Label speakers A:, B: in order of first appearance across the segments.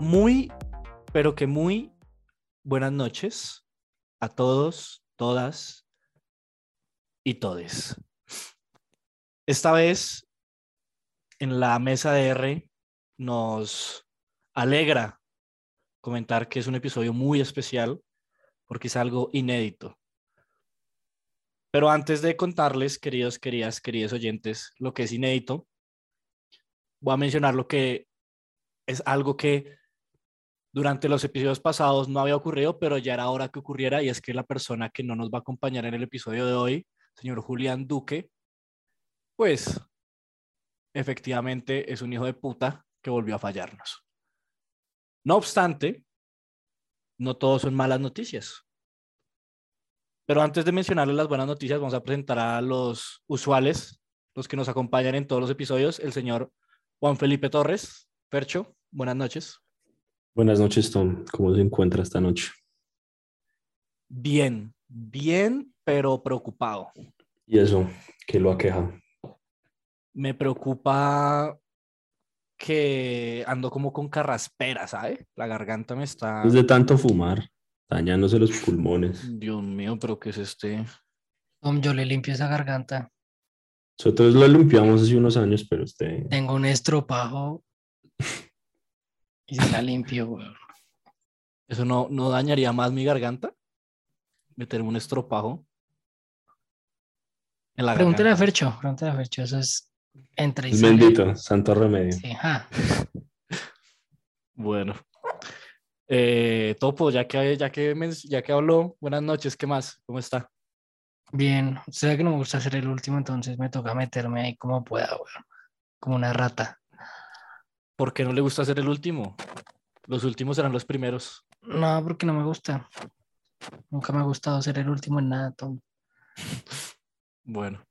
A: Muy, pero que muy buenas noches a todos, todas y todes. Esta vez en la mesa de R nos alegra comentar que es un episodio muy especial porque es algo inédito. Pero antes de contarles, queridos, queridas, queridos oyentes, lo que es inédito, voy a mencionar lo que es algo que durante los episodios pasados no había ocurrido, pero ya era hora que ocurriera y es que la persona que no nos va a acompañar en el episodio de hoy, señor Julián Duque, pues efectivamente es un hijo de puta que volvió a fallarnos. No obstante, no todos son malas noticias. Pero antes de mencionarles las buenas noticias, vamos a presentar a los usuales, los que nos acompañan en todos los episodios, el señor Juan Felipe Torres. Percho, buenas noches.
B: Buenas noches, Tom. ¿Cómo se encuentra esta noche?
A: Bien, bien, pero preocupado.
B: Y eso, que lo aqueja.
A: Me preocupa que ando como con carraspera, ¿sabe? La garganta me está...
B: Es Pues de tanto fumar, dañándose los pulmones.
A: Dios mío, pero ¿qué es este?
C: Tom, yo le limpio esa garganta.
B: Nosotros lo limpiamos hace unos años, pero usted...
C: Tengo un estropajo y se la limpio, weón.
A: ¿Eso no, no dañaría más mi garganta? Meterme un estropajo en la
C: Pregúntale a
A: garganta.
C: Fercho, pregúntale a Fercho, eso es entre y
B: Es
C: sale.
B: bendito, santo remedio.
C: Sí, ajá.
A: Bueno. Eh, Topo, ya que, ya, que, men- ya que habló, buenas noches, ¿qué más? ¿Cómo está?
C: Bien, o sea que no me gusta ser el último, entonces me toca meterme ahí como pueda, weón. Como una rata.
A: ¿Por qué no le gusta ser el último? Los últimos serán los primeros.
C: No, porque no me gusta. Nunca me ha gustado ser el último en nada, Tom.
A: Bueno.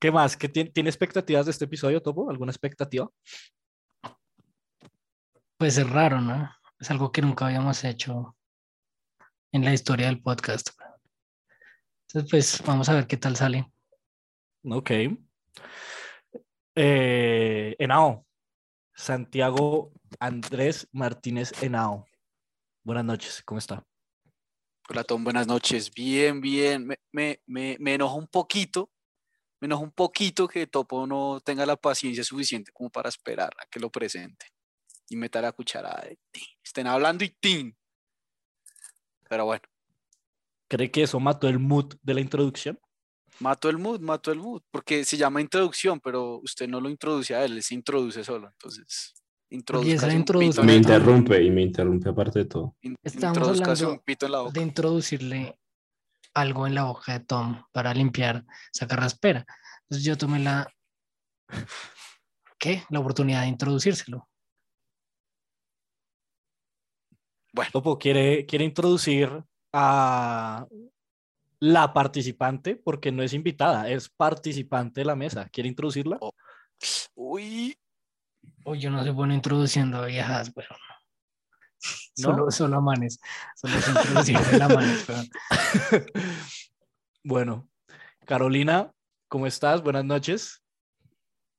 A: ¿Qué más? ¿Qué tien- ¿Tiene expectativas de este episodio, Topo? ¿Alguna expectativa?
C: Pues es raro, ¿no? Es algo que nunca habíamos hecho en la historia del podcast. weón. Entonces, pues vamos a ver qué tal sale.
A: Ok. Eh, Henao. Santiago Andrés Martínez Henao. Buenas noches, ¿cómo está?
D: Hola Tom, buenas noches. Bien, bien. Me, me, me, me enoja un poquito, me enoja un poquito que Topo no tenga la paciencia suficiente como para esperar a que lo presente y meta la cucharada de tin. Estén hablando y tin. Pero bueno,
A: ¿Cree que eso mató el mood de la introducción?
D: mato el mood, mato el mood, porque se llama introducción, pero usted no lo introduce a él, él se introduce solo. Entonces, introduzcase un pito
C: introducción-
D: en
B: Me
D: la-
B: interrumpe y me interrumpe aparte de todo.
D: in-
C: Estamos
D: introduzcase
C: hablando
D: un pito en la boca.
C: de introducirle algo en la boca de Tom para limpiar esa carraspera. Entonces yo tomé la ¿qué? La oportunidad de introducírselo.
A: Topo quiere, quiere introducir a la participante, porque no es invitada, es participante de la mesa. ¿Quiere introducirla?
D: Uy,
C: Uy, yo no soy bueno introduciendo viejas, pero
A: ¿No?
C: solo, solo a manes, solo sé introducirle a manes, weón.
A: Bueno, Carolina, ¿cómo estás? Buenas noches.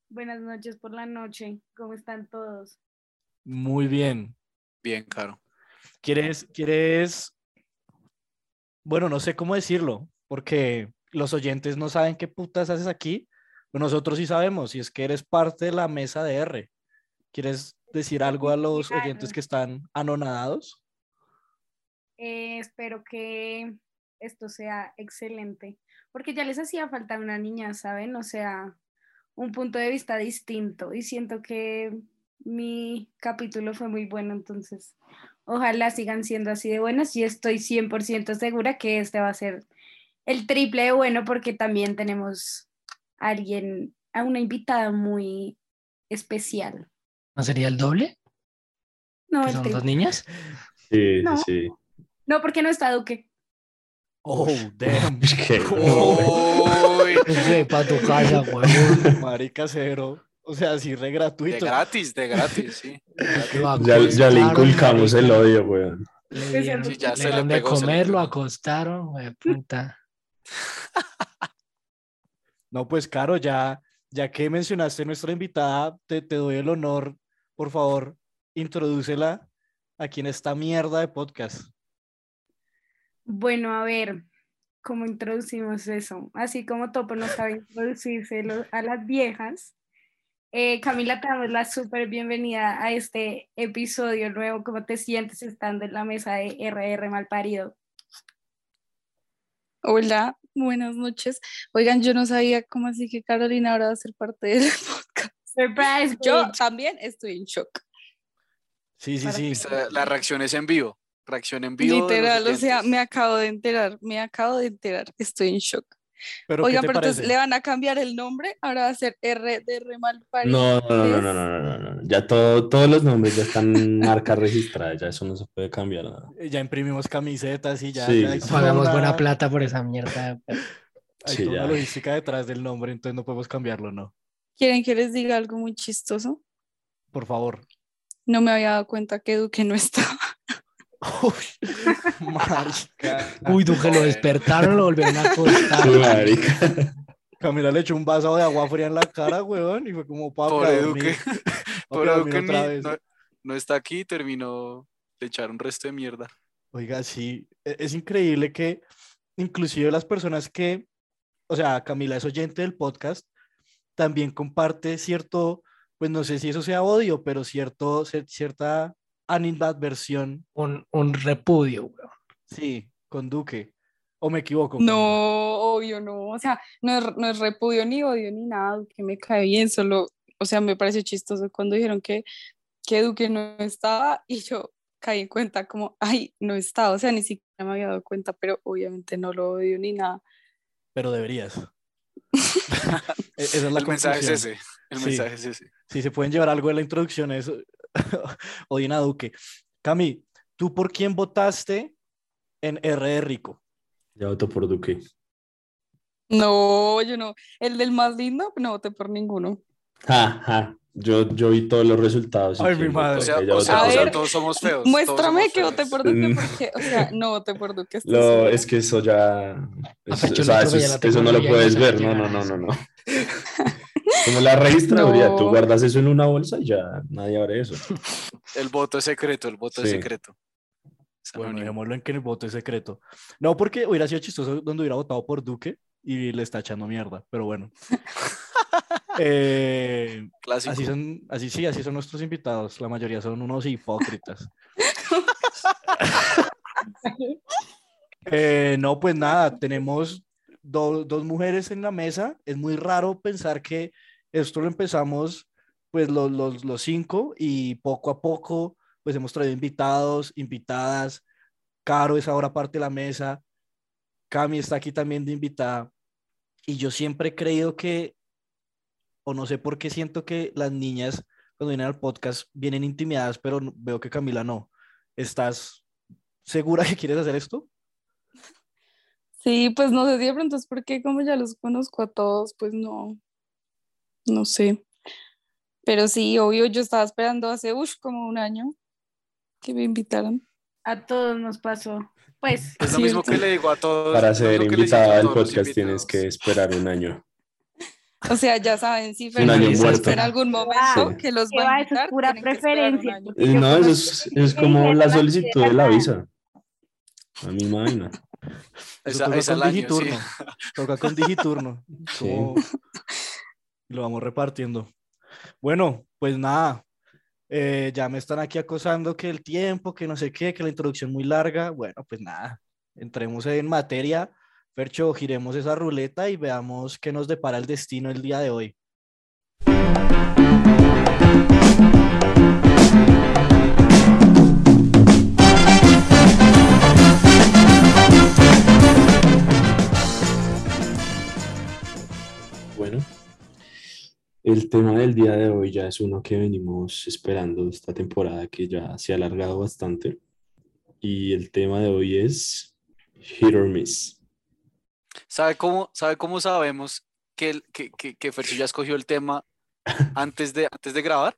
E: Buenas noches por la noche. ¿Cómo están todos?
A: Muy bien.
D: bien, caro.
A: ¿Quieres, quieres, bueno, no sé cómo decirlo, porque los oyentes no saben qué putas haces aquí, pero nosotros sí sabemos, y es que eres parte de la mesa de R. ¿Quieres decir algo a los oyentes que están anonadados?
E: Eh, espero que esto sea excelente, porque ya les hacía falta una niña, ¿saben? O sea, un punto de vista distinto y siento que mi capítulo fue muy bueno, entonces ojalá sigan siendo así de buenos y estoy 100% segura que este va a ser el triple de bueno porque también tenemos a alguien, a una invitada muy especial.
C: ¿No sería el doble?
E: No,
C: ¿Que
E: el
C: son
E: triple.
C: dos niñas?
B: Sí,
E: No.
B: sí.
E: No, porque no está Duque.
A: Oh, damn. Oh,
B: Es que-
D: Uy,
C: Pues Ve pa' tu casa, huevón.
A: Marica cero. O sea, sí, re
D: de
A: gratuito.
D: gratis, de gratis, sí.
C: Lo
D: Ah,
B: Ya,
D: pues,
B: ya le
C: acostaron,
B: inculcamos el
C: marica.
B: odio, weón.
C: Le dieron,
E: Sí,
D: ya
C: le
D: se le
C: dieron de
D: pegó, se le
C: comer, lo
D: pegó.
C: acostaron, güey, puta.
A: No, pues Caro, ya, ya que mencionaste a nuestra invitada, te, te doy el honor, por favor, introdúcela aquí en esta mierda de podcast.
E: Bueno, a ver, ¿cómo introducimos eso? Así como Topo no sabe introducirse lo- a las viejas. eh, Camila, te damos la súper bienvenida a este episodio nuevo. ¿Cómo te sientes estando en la mesa de RR Malparido?
F: Hola, buenas noches. Oigan, yo no sabía cómo así que Carolina ahora va a ser parte del podcast.
E: Surprise,
F: Yo
E: bitch.
F: también estoy en shock.
A: Sí, sí,
E: Para
A: sí.
D: Esta- la reacción es en vivo. Reacción en vivo. de los
F: Literal, o sea,
D: oyentes.
F: me acabo de enterar, me acabo de enterar, estoy en shock.
A: Pero
F: Oigan,
A: ¿qué te
F: pero entonces
A: parece?
F: le van a cambiar el nombre, ahora va a ser R de re mal
B: No, no, no, no, no, no, no, no, no. Ya todo, todos los nombres ya están marca registrada, ya eso no se puede cambiar nada.
A: Eh, Ya imprimimos camisetas y ya.
B: Sí.
A: ya hay toda
C: Pagamos
A: una-
C: buena plata por esa mierda.
A: Hay
B: Sí,
A: toda una
B: ya.
A: logística detrás del nombre, entonces no podemos cambiarlo, ¿no?
F: ¿Quieren que les diga algo muy chistoso?
A: Por favor.
F: No me había dado cuenta que Duque no estaba.
A: Uy, marica.
C: Uy, Duque, lo
D: Joder.
C: despertaron, lo volvieron a
B: Sí,
C: acostar.
B: marica.
A: Camila le echó un vaso de agua fría en la cara, weón, y fue como para
D: Pobre Duque. Pobre Duque
A: otra
D: ni-
A: vez.
D: no, no está aquí, terminó de echar un resto de mierda.
A: Oiga, sí, e- es increíble que inclusive las personas que, o sea, Camila es oyente del podcast, también comparte cierto, pues no sé si eso sea odio, pero cierto, cier- cierta animadversión,
C: Un, un repudio, weón.
A: sí, con Duque. ¿O me equivoco? Camila?
F: No, obvio no. O sea, no es, no es repudio ni odio ni nada. Duque me cae bien, solo, o sea, me pareció chistoso cuando dijeron que, que Duque no estaba y yo caí en cuenta como, ay, no estaba. O sea, ni siquiera me había dado cuenta, pero obviamente no lo odio ni nada.
A: Pero deberías. E- Esa es la
D: el mensaje es
A: conclusión.
D: ese. El
A: Sí.
D: mensaje es ese.
A: Si se pueden llevar algo de la introducción es Odina Duque. Cami, ¿tú por quién votaste en R de Rico?
B: Ya voto por Duque.
F: No, yo no. El del más lindo, no voté por ninguno.
B: Ja, ja. Yo, yo vi todos los resultados. y
A: Ay, mi
B: quién
A: madre.
D: O
B: votó,
D: sea,
B: que ya
D: o sea,
B: votó
D: o
B: por
D: sea,
F: ver,
B: Duque.
D: todos somos feos. todos
F: Muéstrame
D: somos
F: que
D: feos.
F: voté por Duque
B: Mm.
F: porque, o sea, no voté por Duque. estoy
B: Lo,
D: eh,
F: segura.
B: es que eso ya.
D: Ah,
B: es-
C: Apechuno,
B: o sea,
C: creo
B: eso,
C: que ya
B: es-
C: la tengo
B: eso no lo
C: ya, ya
B: puedes
C: sé
B: ver.
C: que
B: No,
C: ya
B: no, no,
C: es.
B: no, no. Como la registraduría, tú
F: No.
B: guardas eso en una bolsa y ya nadie abre eso.
D: El voto es secreto, el voto es
B: Sí.
D: secreto. Es
A: Bueno,
D: anónimo.
A: dejémoslo en que el voto es secreto. No, porque hubiera sido chistoso donde hubiera votado por Duque y le está echando mierda, pero bueno. Eh,
D: Clásico.
A: así son, así sí, así son nuestros invitados. La mayoría son unos hipócritas. Eh, no, pues nada, tenemos do- dos mujeres en la mesa. Es muy raro pensar que esto lo empezamos pues los, los, los cinco y poco a poco pues hemos traído invitados, invitadas. Caro es ahora parte de la mesa. Cami está aquí también de invitada. Y yo siempre he creído que, o no sé por qué siento que las niñas cuando vienen al podcast vienen intimidadas, pero no- veo que Camila no. ¿Estás segura que quieres hacer esto?
F: Sí, pues no sé si de pronto es porque como ya los conozco a todos, pues no, no sé. Pero sí, obvio, yo estaba esperando hace, uff, como un año que me invitaran.
E: A todos nos pasó. Pues,
D: Es lo
F: Sí,
D: mismo que
F: ahorita.
D: le digo a todos.
B: Para
D: es lo
B: ser
D: que le digo a
B: invitada al
D: todos los
B: podcast tienes que
D: invitados.
B: esperar un año.
F: O sea, ya saben, si
B: Un año
F: Fernando
B: muerto.
F: en algún momento
B: Sí.
F: que los
E: que
F: va
E: va, eso
F: a
E: es
F: invitar,
E: pura
F: tienen que esperar un
E: preferencia.
F: año.
E: porque
B: Eh,
E: yo
B: No, eso
E: conozco
B: es,
E: gente
B: es
E: que
B: como
E: dice,
B: la
E: "No,
B: solicitud de la
E: nada".
B: visa. La misma vaina.
A: Eso
D: Esa-
A: toca
D: esa
A: con
D: al año,
A: digiturno. Toca con digiturno.
B: Sí.
A: Como- y Lo vamos repartiendo. Bueno, pues nada. eh, ya me están aquí acosando que el tiempo, que no sé qué, que la introducción muy larga. Bueno, pues nada. Entremos en materia. Percho, giremos esa ruleta y veamos qué nos depara el destino el día de hoy.
B: Bueno, el tema del día de hoy ya es uno que venimos esperando esta temporada que ya se ha alargado bastante. Y el tema de hoy es Hit or Miss.
D: ¿Sabe cómo, sabe cómo sabemos que, el, que, que, que Fercho ya escogió el tema antes de, antes de grabar?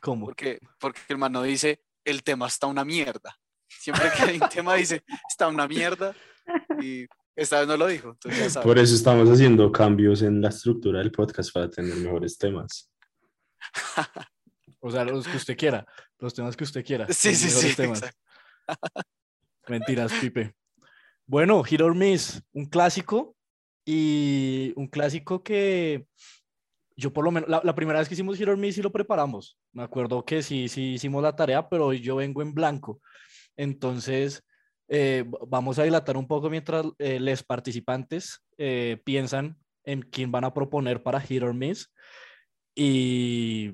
A: ¿Cómo?
D: Porque, porque el mano dice, el tema está una mierda. Siempre que hay un tema dice, está una mierda. Y esta vez no lo dijo. Entonces ya sabe.
B: Por eso estamos haciendo cambios en la estructura del podcast para tener mejores temas.
A: O sea, los que usted quiera, los temas que usted quiera.
D: Sí,
A: los
D: sí,
A: mejores
D: sí.
A: temas.
D: exacto.
A: Mentiras, Pipe. Bueno, Hit or Miss, un clásico y un clásico que yo por lo menos, la, la primera vez que hicimos Hit or Miss sí lo preparamos. Me acuerdo que sí, sí hicimos la tarea, pero yo vengo en blanco. Entonces, eh, va- vamos a dilatar un poco mientras eh, los participantes eh, piensan en quién van a proponer para Hit or Miss. Y,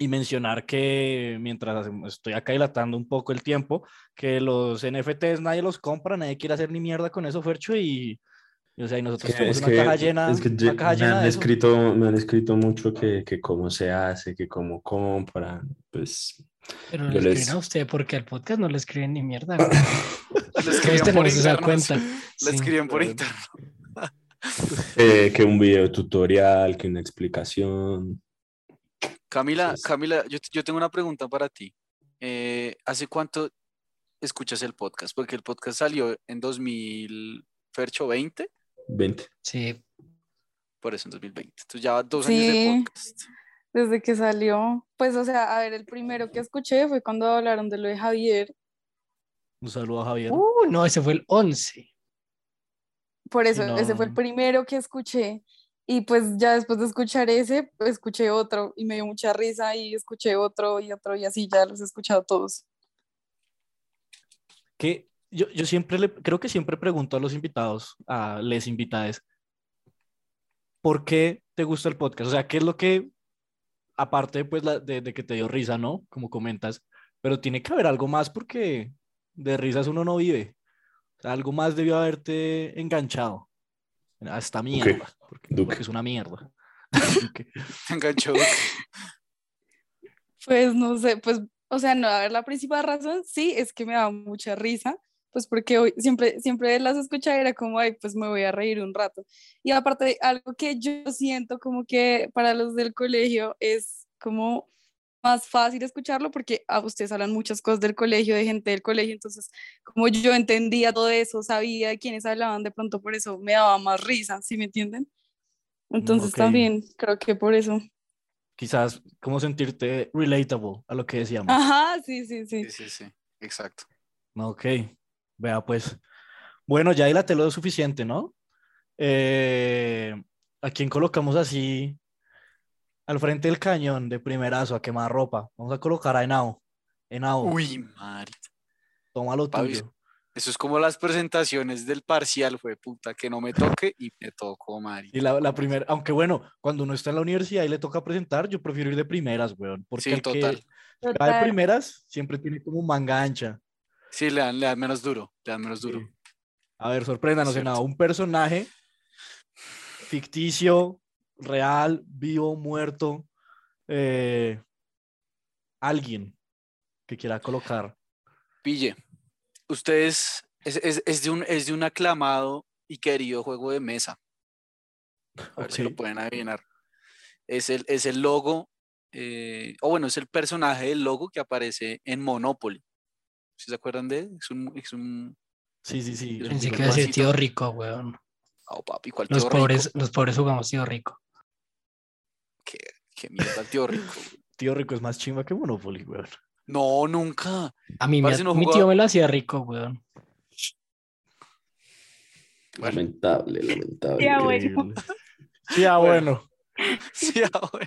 A: y mencionar que mientras hacemos- estoy acá dilatando un poco el tiempo, que los NFTs nadie los compra, nadie quiere hacer ni mierda con eso, Fercho, y, y, o sea, y nosotros tenemos una caja llena,
B: es que
A: una
B: ye-
A: caja
B: me,
A: llena
B: han
A: de eso.
B: escrito, me han escrito mucho que, que cómo se hace, que cómo compran, pues
C: Pero
B: Yo
C: le
B: les-
C: escriben a usted porque al podcast no le escriben ni mierda. güey.
D: Le
C: Todos
D: escribían por
C: tenemos esa
D: internos.
C: cuenta.
D: Le
C: Sí.
D: escribían por
A: claro.
D: interno.
B: eh, que un video tutorial, que una explicación.
D: Camila,
B: Sí, sí.
D: Camila, yo, yo tengo una pregunta para ti. Eh, ¿hace cuánto escuchas el podcast? Porque el podcast salió en 2000, Fercho 20,
B: 20.
C: Sí,
D: por eso en 2020. Entonces ya dos años de
F: Sí.
D: podcast.
F: Desde que salió, pues, o sea, a ver, el primero que escuché fue cuando hablaron de lo de Javier.
A: Un saludo a Javier.
C: Uh, no, ese fue el 11.
F: Por eso,
A: no,
F: ese fue el
A: no.
F: primero que escuché. Y pues ya después de escuchar ese, pues, escuché otro y me dio mucha risa y escuché otro y otro y así ya los he escuchado todos.
A: que yo, yo siempre le, creo que siempre pregunto a los invitados, a les invitades, ¿por qué te gusta el podcast? O sea, ¿qué es lo que, aparte pues la- de, de que te dio risa, ¿no? Como comentas, pero tiene que haber algo más porque de risas uno no vive. O sea, algo más debió haberte enganchado a esta mierda, porque,
B: Duque.
A: porque es una mierda. Duque.
D: Te enganchó.
F: Pues no sé, pues, o sea, no, a ver, la principal razón sí es que me da mucha risa, pues porque hoy siempre, siempre las escuchaba y era como, ay, pues me voy a reír un rato. Y aparte, algo que yo siento como que para los del colegio es como más fácil escucharlo porque a ustedes hablan muchas cosas del colegio, de gente del colegio, entonces como yo entendía todo eso, sabía de quiénes hablaban, de pronto por eso me daba más risa, ¿sí me entienden? Entonces
A: ok.
F: también creo que por eso.
A: Quizás, ¿cómo sentirte relatable a lo que decíamos?
F: Ajá, sí, sí, sí.
D: Sí, sí, sí. Exacto.
A: Ok, vea pues. Bueno, ya dilaté lo suficiente, ¿no? Eh, ¿a quién colocamos así al frente del cañón de primerazo a quemar ropa? Vamos a colocar a Henao. Henao,
D: Uy, Mari.
A: toma lo
D: Pavis.
A: tuyo.
D: Eso es como las presentaciones del parcial, fue puta, que no me toque y me tocó, Mari.
A: Y la, la primera, aunque bueno, cuando uno está en la universidad y le toca presentar, yo prefiero ir de primeras, weón, porque
D: Sí,
A: el que
D: total.
A: va de
F: Total.
A: primeras siempre tiene como manga ancha.
D: Sí, le dan, le dan menos duro, le dan menos duro.
A: Sí. A ver, sorpréndanos,
D: Cierto.
A: Henao, un personaje ficticio, real, vivo, muerto, eh, alguien que quiera colocar.
D: Pille, ustedes es, es- es de un, es de un aclamado y querido juego de mesa. A ver si lo
A: Ok.
D: pueden adivinar. Es el, es el logo, eh, o bueno, es el personaje del logo que aparece en Monopoly. ¿Sí ¿Se acuerdan de él? Es un. Es un
A: Sí, sí, sí.
D: Yo
A: es
C: Pensé
A: muy
C: que iba a ser
D: Juancito.
C: tío rico, weón.
D: oh, papi, ¿cuál tío
C: Los
D: rico?
C: pobres, los pobres jugamos tío rico.
D: Qué mierda, el tío rico. güey.
A: bueno. Tío Rico es más chimba que Monopoly, weón.
D: No, nunca.
C: A mí me-
D: Parce, no
C: mi
D: jugaba-
C: tío me lo hacía rico, weón.
D: Bueno.
B: Lamentable, lamentable.
E: Ya, bueno.
A: Increíble. Sí, ah, bueno.
D: Sí, ah, bueno.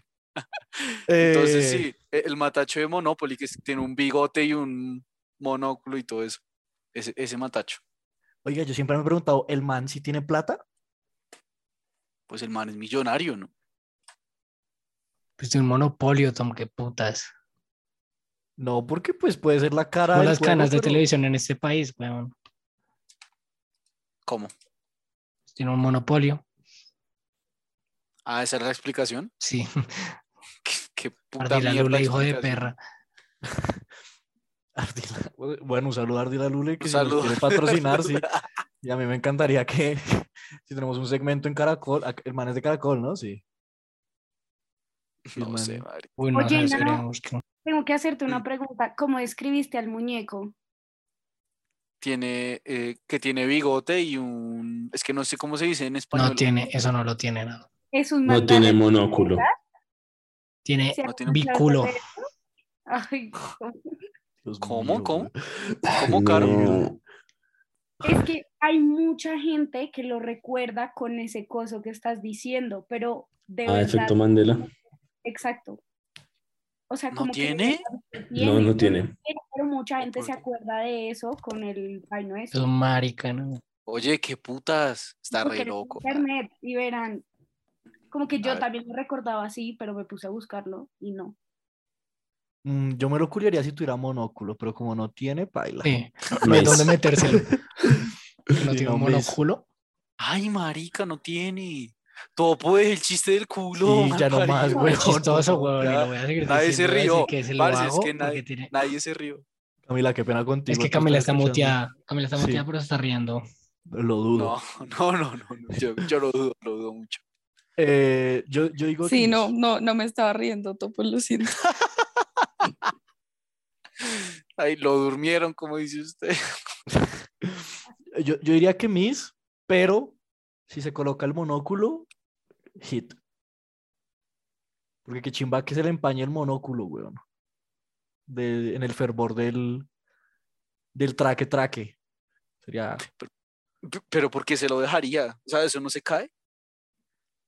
D: Entonces,
A: Eh,
D: sí, e- el matacho de Monopoly, que es- tiene un bigote y un monóculo y todo eso. Ese, ese matacho.
A: Oiga, yo siempre me he preguntado, ¿el man si tiene plata?
D: Pues el man es millonario, ¿no?
C: Pues de un monopolio, Tom, qué putas.
A: No, porque pues puede ser la cara.
C: Como
A: del
C: las
A: juego,
C: canas de
A: pero-
C: televisión en este país, weón.
D: ¿Cómo?
C: Tiene un monopolio.
D: Ah, esa era la explicación.
C: Sí,
D: Qué, qué puta
C: Ardila
D: mierda
C: Lula, hijo de
D: explicación.
C: perra.
A: Ardila- Bueno, un saludo a Ardila Lule, que
D: Un
A: si nos
D: saludo.
A: quiere patrocinar, sí. Y a mí me encantaría que, si tenemos un segmento en Caracol, ac- el man es de Caracol, ¿no? Sí. Sí, el
D: No
A: man-
D: sé, madre.
C: Uy, no,
E: Oye,
C: sabes,
E: no.
C: creemos que-
E: Tengo que hacerte una pregunta. ¿Cómo describiste al muñeco?
D: Tiene, eh, que tiene bigote y un... Es que no sé cómo se dice en español.
C: No tiene, eso no lo tiene, no.
E: Es un
B: No
E: mandala.
B: tiene monóculo.
C: Tiene
E: ¿Se
D: no tiene
E: acuerdan
C: biculo.
E: de eso? Ay, ¿cómo?
A: Dios
D: ¿Cómo?
A: mío,
D: ¿Cómo?
A: güey.
D: ¿Cómo, Caro?
B: No,
E: Es que hay mucha gente que lo recuerda con ese coso que estás diciendo, pero de
B: Ah,
E: verdad.
B: efecto Mandela.
E: Exacto. O sea,
D: ¿No
E: como que
D: tiene?
B: No, no tiene.
E: Pero mucha gente se
D: ¿Por qué?
E: acuerda de eso con el vaino
C: Es
E: eso.
C: un marica, ¿no?
D: Oye, qué putas. Está re
E: Busquen en
D: loco.
E: Internet y verán. Como que yo
D: ver.
E: también lo recordaba así, pero me puse a buscarlo y no.
A: Mm, yo me lo curiaría si tuviera monóculo, pero como no tiene, paila.
C: Sí. No hay
B: Mes.
C: dónde metérselo. Que no
A: Sí,
C: tiene
A: no,
C: un
A: mes.
C: monóculo.
D: Ay, marica, no tiene. Topo es el chiste del culo.
A: Sí, ya no más,
D: malparido.
A: güey.
C: Es chistoso, huevón, y
D: Ya,
C: lo voy a seguir
D: nadie se
C: diciendo, voy a
D: rió.
C: decir Que se lo
D: Parce, es
C: hago
D: que nadie-
C: porque tiene-
D: Nadie se rió.
A: Camila, qué pena contigo.
C: Es que
A: tú
C: Camila está
A: estás escuchando.
C: muteada. Camila está
A: Sí.
C: muteada, pero se está riendo.
A: Lo dudo.
D: No, no, no, no. no, Yo, yo lo dudo, lo dudo mucho.
A: Eh, yo, yo digo
F: Sí,
A: que
F: no, no, no me estaba riendo, Topo, lo siento.
D: Ay, lo durmieron, como dice usted.
A: Yo, yo diría que Miss, pero si se coloca el monóculo, hit. Porque que chimba que se le empañe el monóculo, weón. De- en el fervor del, del traque traque. Sería
D: P- Pero porque se lo dejaría. O sea, eso no se cae.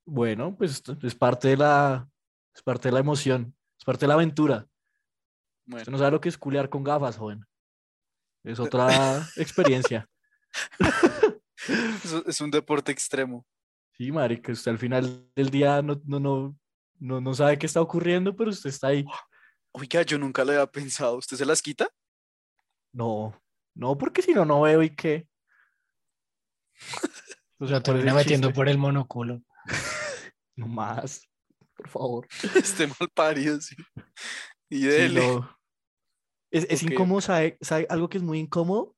A: bueno, pues t- es parte de la es parte de la emoción, es parte de la aventura. Usted
D: Bueno,
A: no sabe lo que es culear con gafas, joven. Es otra experiencia.
D: es, es un deporte extremo.
A: Sí, marica, usted al final del día no, no, no, no, no sabe qué está ocurriendo, pero usted está ahí.
D: Oiga, yo nunca lo había pensado. ¿Usted se las quita?
A: No, no, porque si no, no veo y qué. O
C: Lo
A: sea, ¿cuál es
C: termina
A: el
C: metiendo
A: chiste?
C: por el monóculo.
A: No más, por favor.
D: Este mal parido, sí. Y
A: Sí,
D: dele.
A: no. Es, es
D: Ok.
A: incómodo, ¿sabe, sabe Algo que es muy incómodo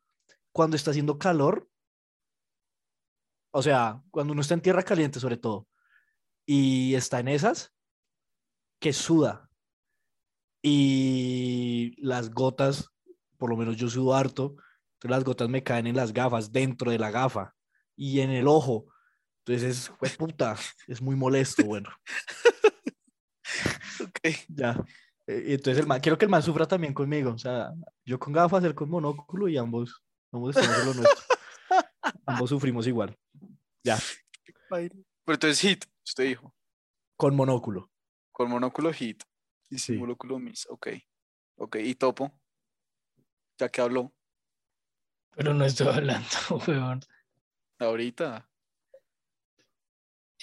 A: cuando está haciendo calor. O sea, cuando uno está en tierra caliente, sobre todo, y está en esas, que suda. Y las gotas, por lo menos yo sudo harto, entonces las gotas me caen en las gafas, dentro de la gafa y en el ojo. Entonces es, "Jue puta, es muy molesto, bueno.
D: Ok.
A: Ya. Eh, y Entonces el man, quiero que el man sufra también conmigo. O sea, yo con gafas, él con monóculo y ambos, ambos estamos en lo nuestro. Ambos sufrimos igual.
D: Pero entonces hit, usted dijo.
A: Con monóculo.
D: Con monóculo hit. Y
A: Sí.
D: sin monóculo miss. Ok. Ok. Y topo. Ya que habló.
C: Pero no estoy hablando, weón.
D: Ahorita.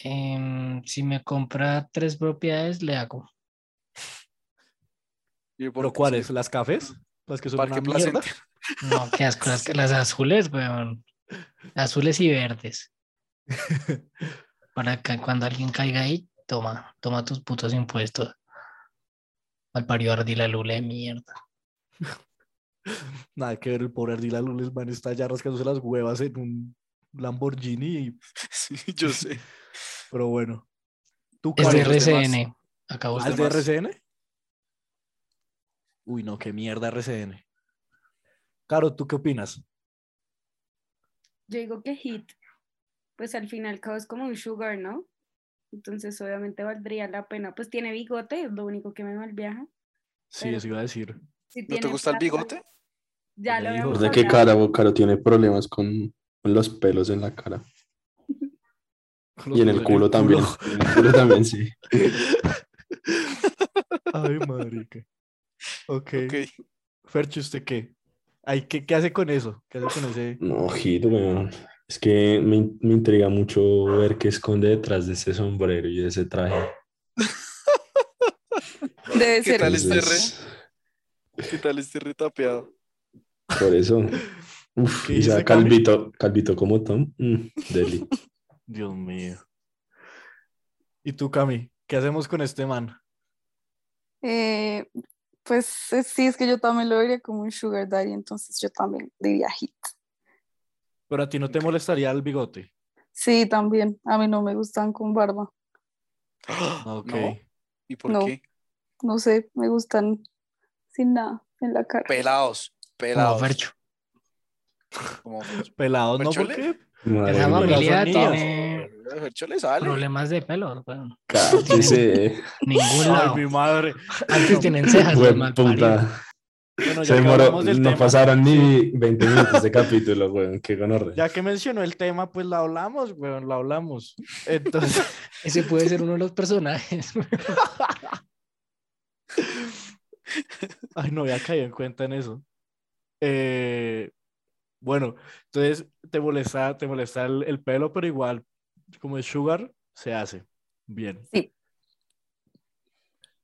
C: Em, si me compra tres propiedades, le hago.
D: ¿Y por
A: ¿Pero
D: qué
A: cuáles?
D: se-
A: ¿Las cafés? ¿Las que son
D: Parque
A: una mierda?
D: Placentero.
C: No, qué asco. Las, las azules, weón. Azules y verdes. Para que cuando alguien caiga ahí, toma, toma tus putos impuestos. Al parió ardí la lula de mierda.
A: Nada que ver, el pobre Ardila Lules, man, está ya rascándose las huevas en un Lamborghini. y-
D: Sí, yo sé.
A: pero bueno. ¿Tú
C: Es
A: cuál
C: de
D: los demás?
C: RCN. Acabo
A: ¿Ah,
C: de
A: es de
D: demás?
A: RCN? Uy, no, qué mierda RCN. Caro, ¿tú qué opinas?
E: Yo digo que hit, pues al final cabo es como un sugar, ¿no? Entonces obviamente valdría la pena. Pues tiene bigote, es lo único que me mal viaja.
A: Sí,
E: Pero-
A: eso iba a decir.
E: Si
D: ¿No te
E: tiene
D: gusta el
E: plata,
D: bigote?
A: Ya
E: Ya lo
A: dijo.
E: habíamos
B: Recuerda que
E: hablado.
B: Caro, Caro tiene problemas con con los pelos en la cara. Y en el culo también. En el culo también, sí.
A: Ay, marica. Ok.
D: Ok.
A: Ferchi, ¿usted qué? Ay, ¿qué, qué hace con eso? ¿Qué hace con ese?
B: No, Hit, weón. Es que me, in- me intriga mucho ver qué esconde detrás de ese sombrero y de ese traje.
D: ¿Qué
F: Debe ser
D: tal este
B: Entonces,
D: ¿Qué tal este retapeado?
B: Por eso. Uf,
A: ¿Qué
B: y sea
A: dice Cami?
B: calvito, calvito como Tom. mm, deli.
A: Dios mío. ¿Y tú, Cami? ¿Qué hacemos con este man?
F: Eh, pues eh, sí, es que yo también lo vería como un sugar daddy, entonces yo también diría hit.
A: Pero a ti no te
D: Ok.
A: molestaría el bigote.
F: Sí, también. A mí no me gustan con barba.
A: Ok.
D: ¿No? ¿Y por
F: No.
D: qué?
F: No sé, me gustan sin nada en la cara.
D: Pelados.
C: Como
D: Pelados.
C: Fercho.
D: Como-
A: Pelado, ¿no?
D: ¿Ferchole?
A: Porque
B: Madre
C: Esa
B: mía.
A: familia
C: familia
A: son niños.
C: tiene
D: a Fercho le sale.
C: Problemas de pelo, weón.
B: Cállese.
C: Ningún lado.
A: Ay, mi madre.
C: Antes tienen cejas,
B: Güey,
C: weón, mal parido.
B: puta.
A: Bueno,
B: Se
A: ya que
B: demoró.
A: hablamos del
B: No
A: tema,
B: pasaron ni 20 minutos de capítulo, weón. Qué gonorre.
A: Ya que mencionó el tema, pues la hablamos, weón, la hablamos. Entonces,
C: Ese puede ser uno de los personajes.
A: ay, no había caído en cuenta en eso. Eh, bueno, entonces te molesta, te molesta el, el pelo, pero igual, como es sugar, se hace. Bien.
F: Sí.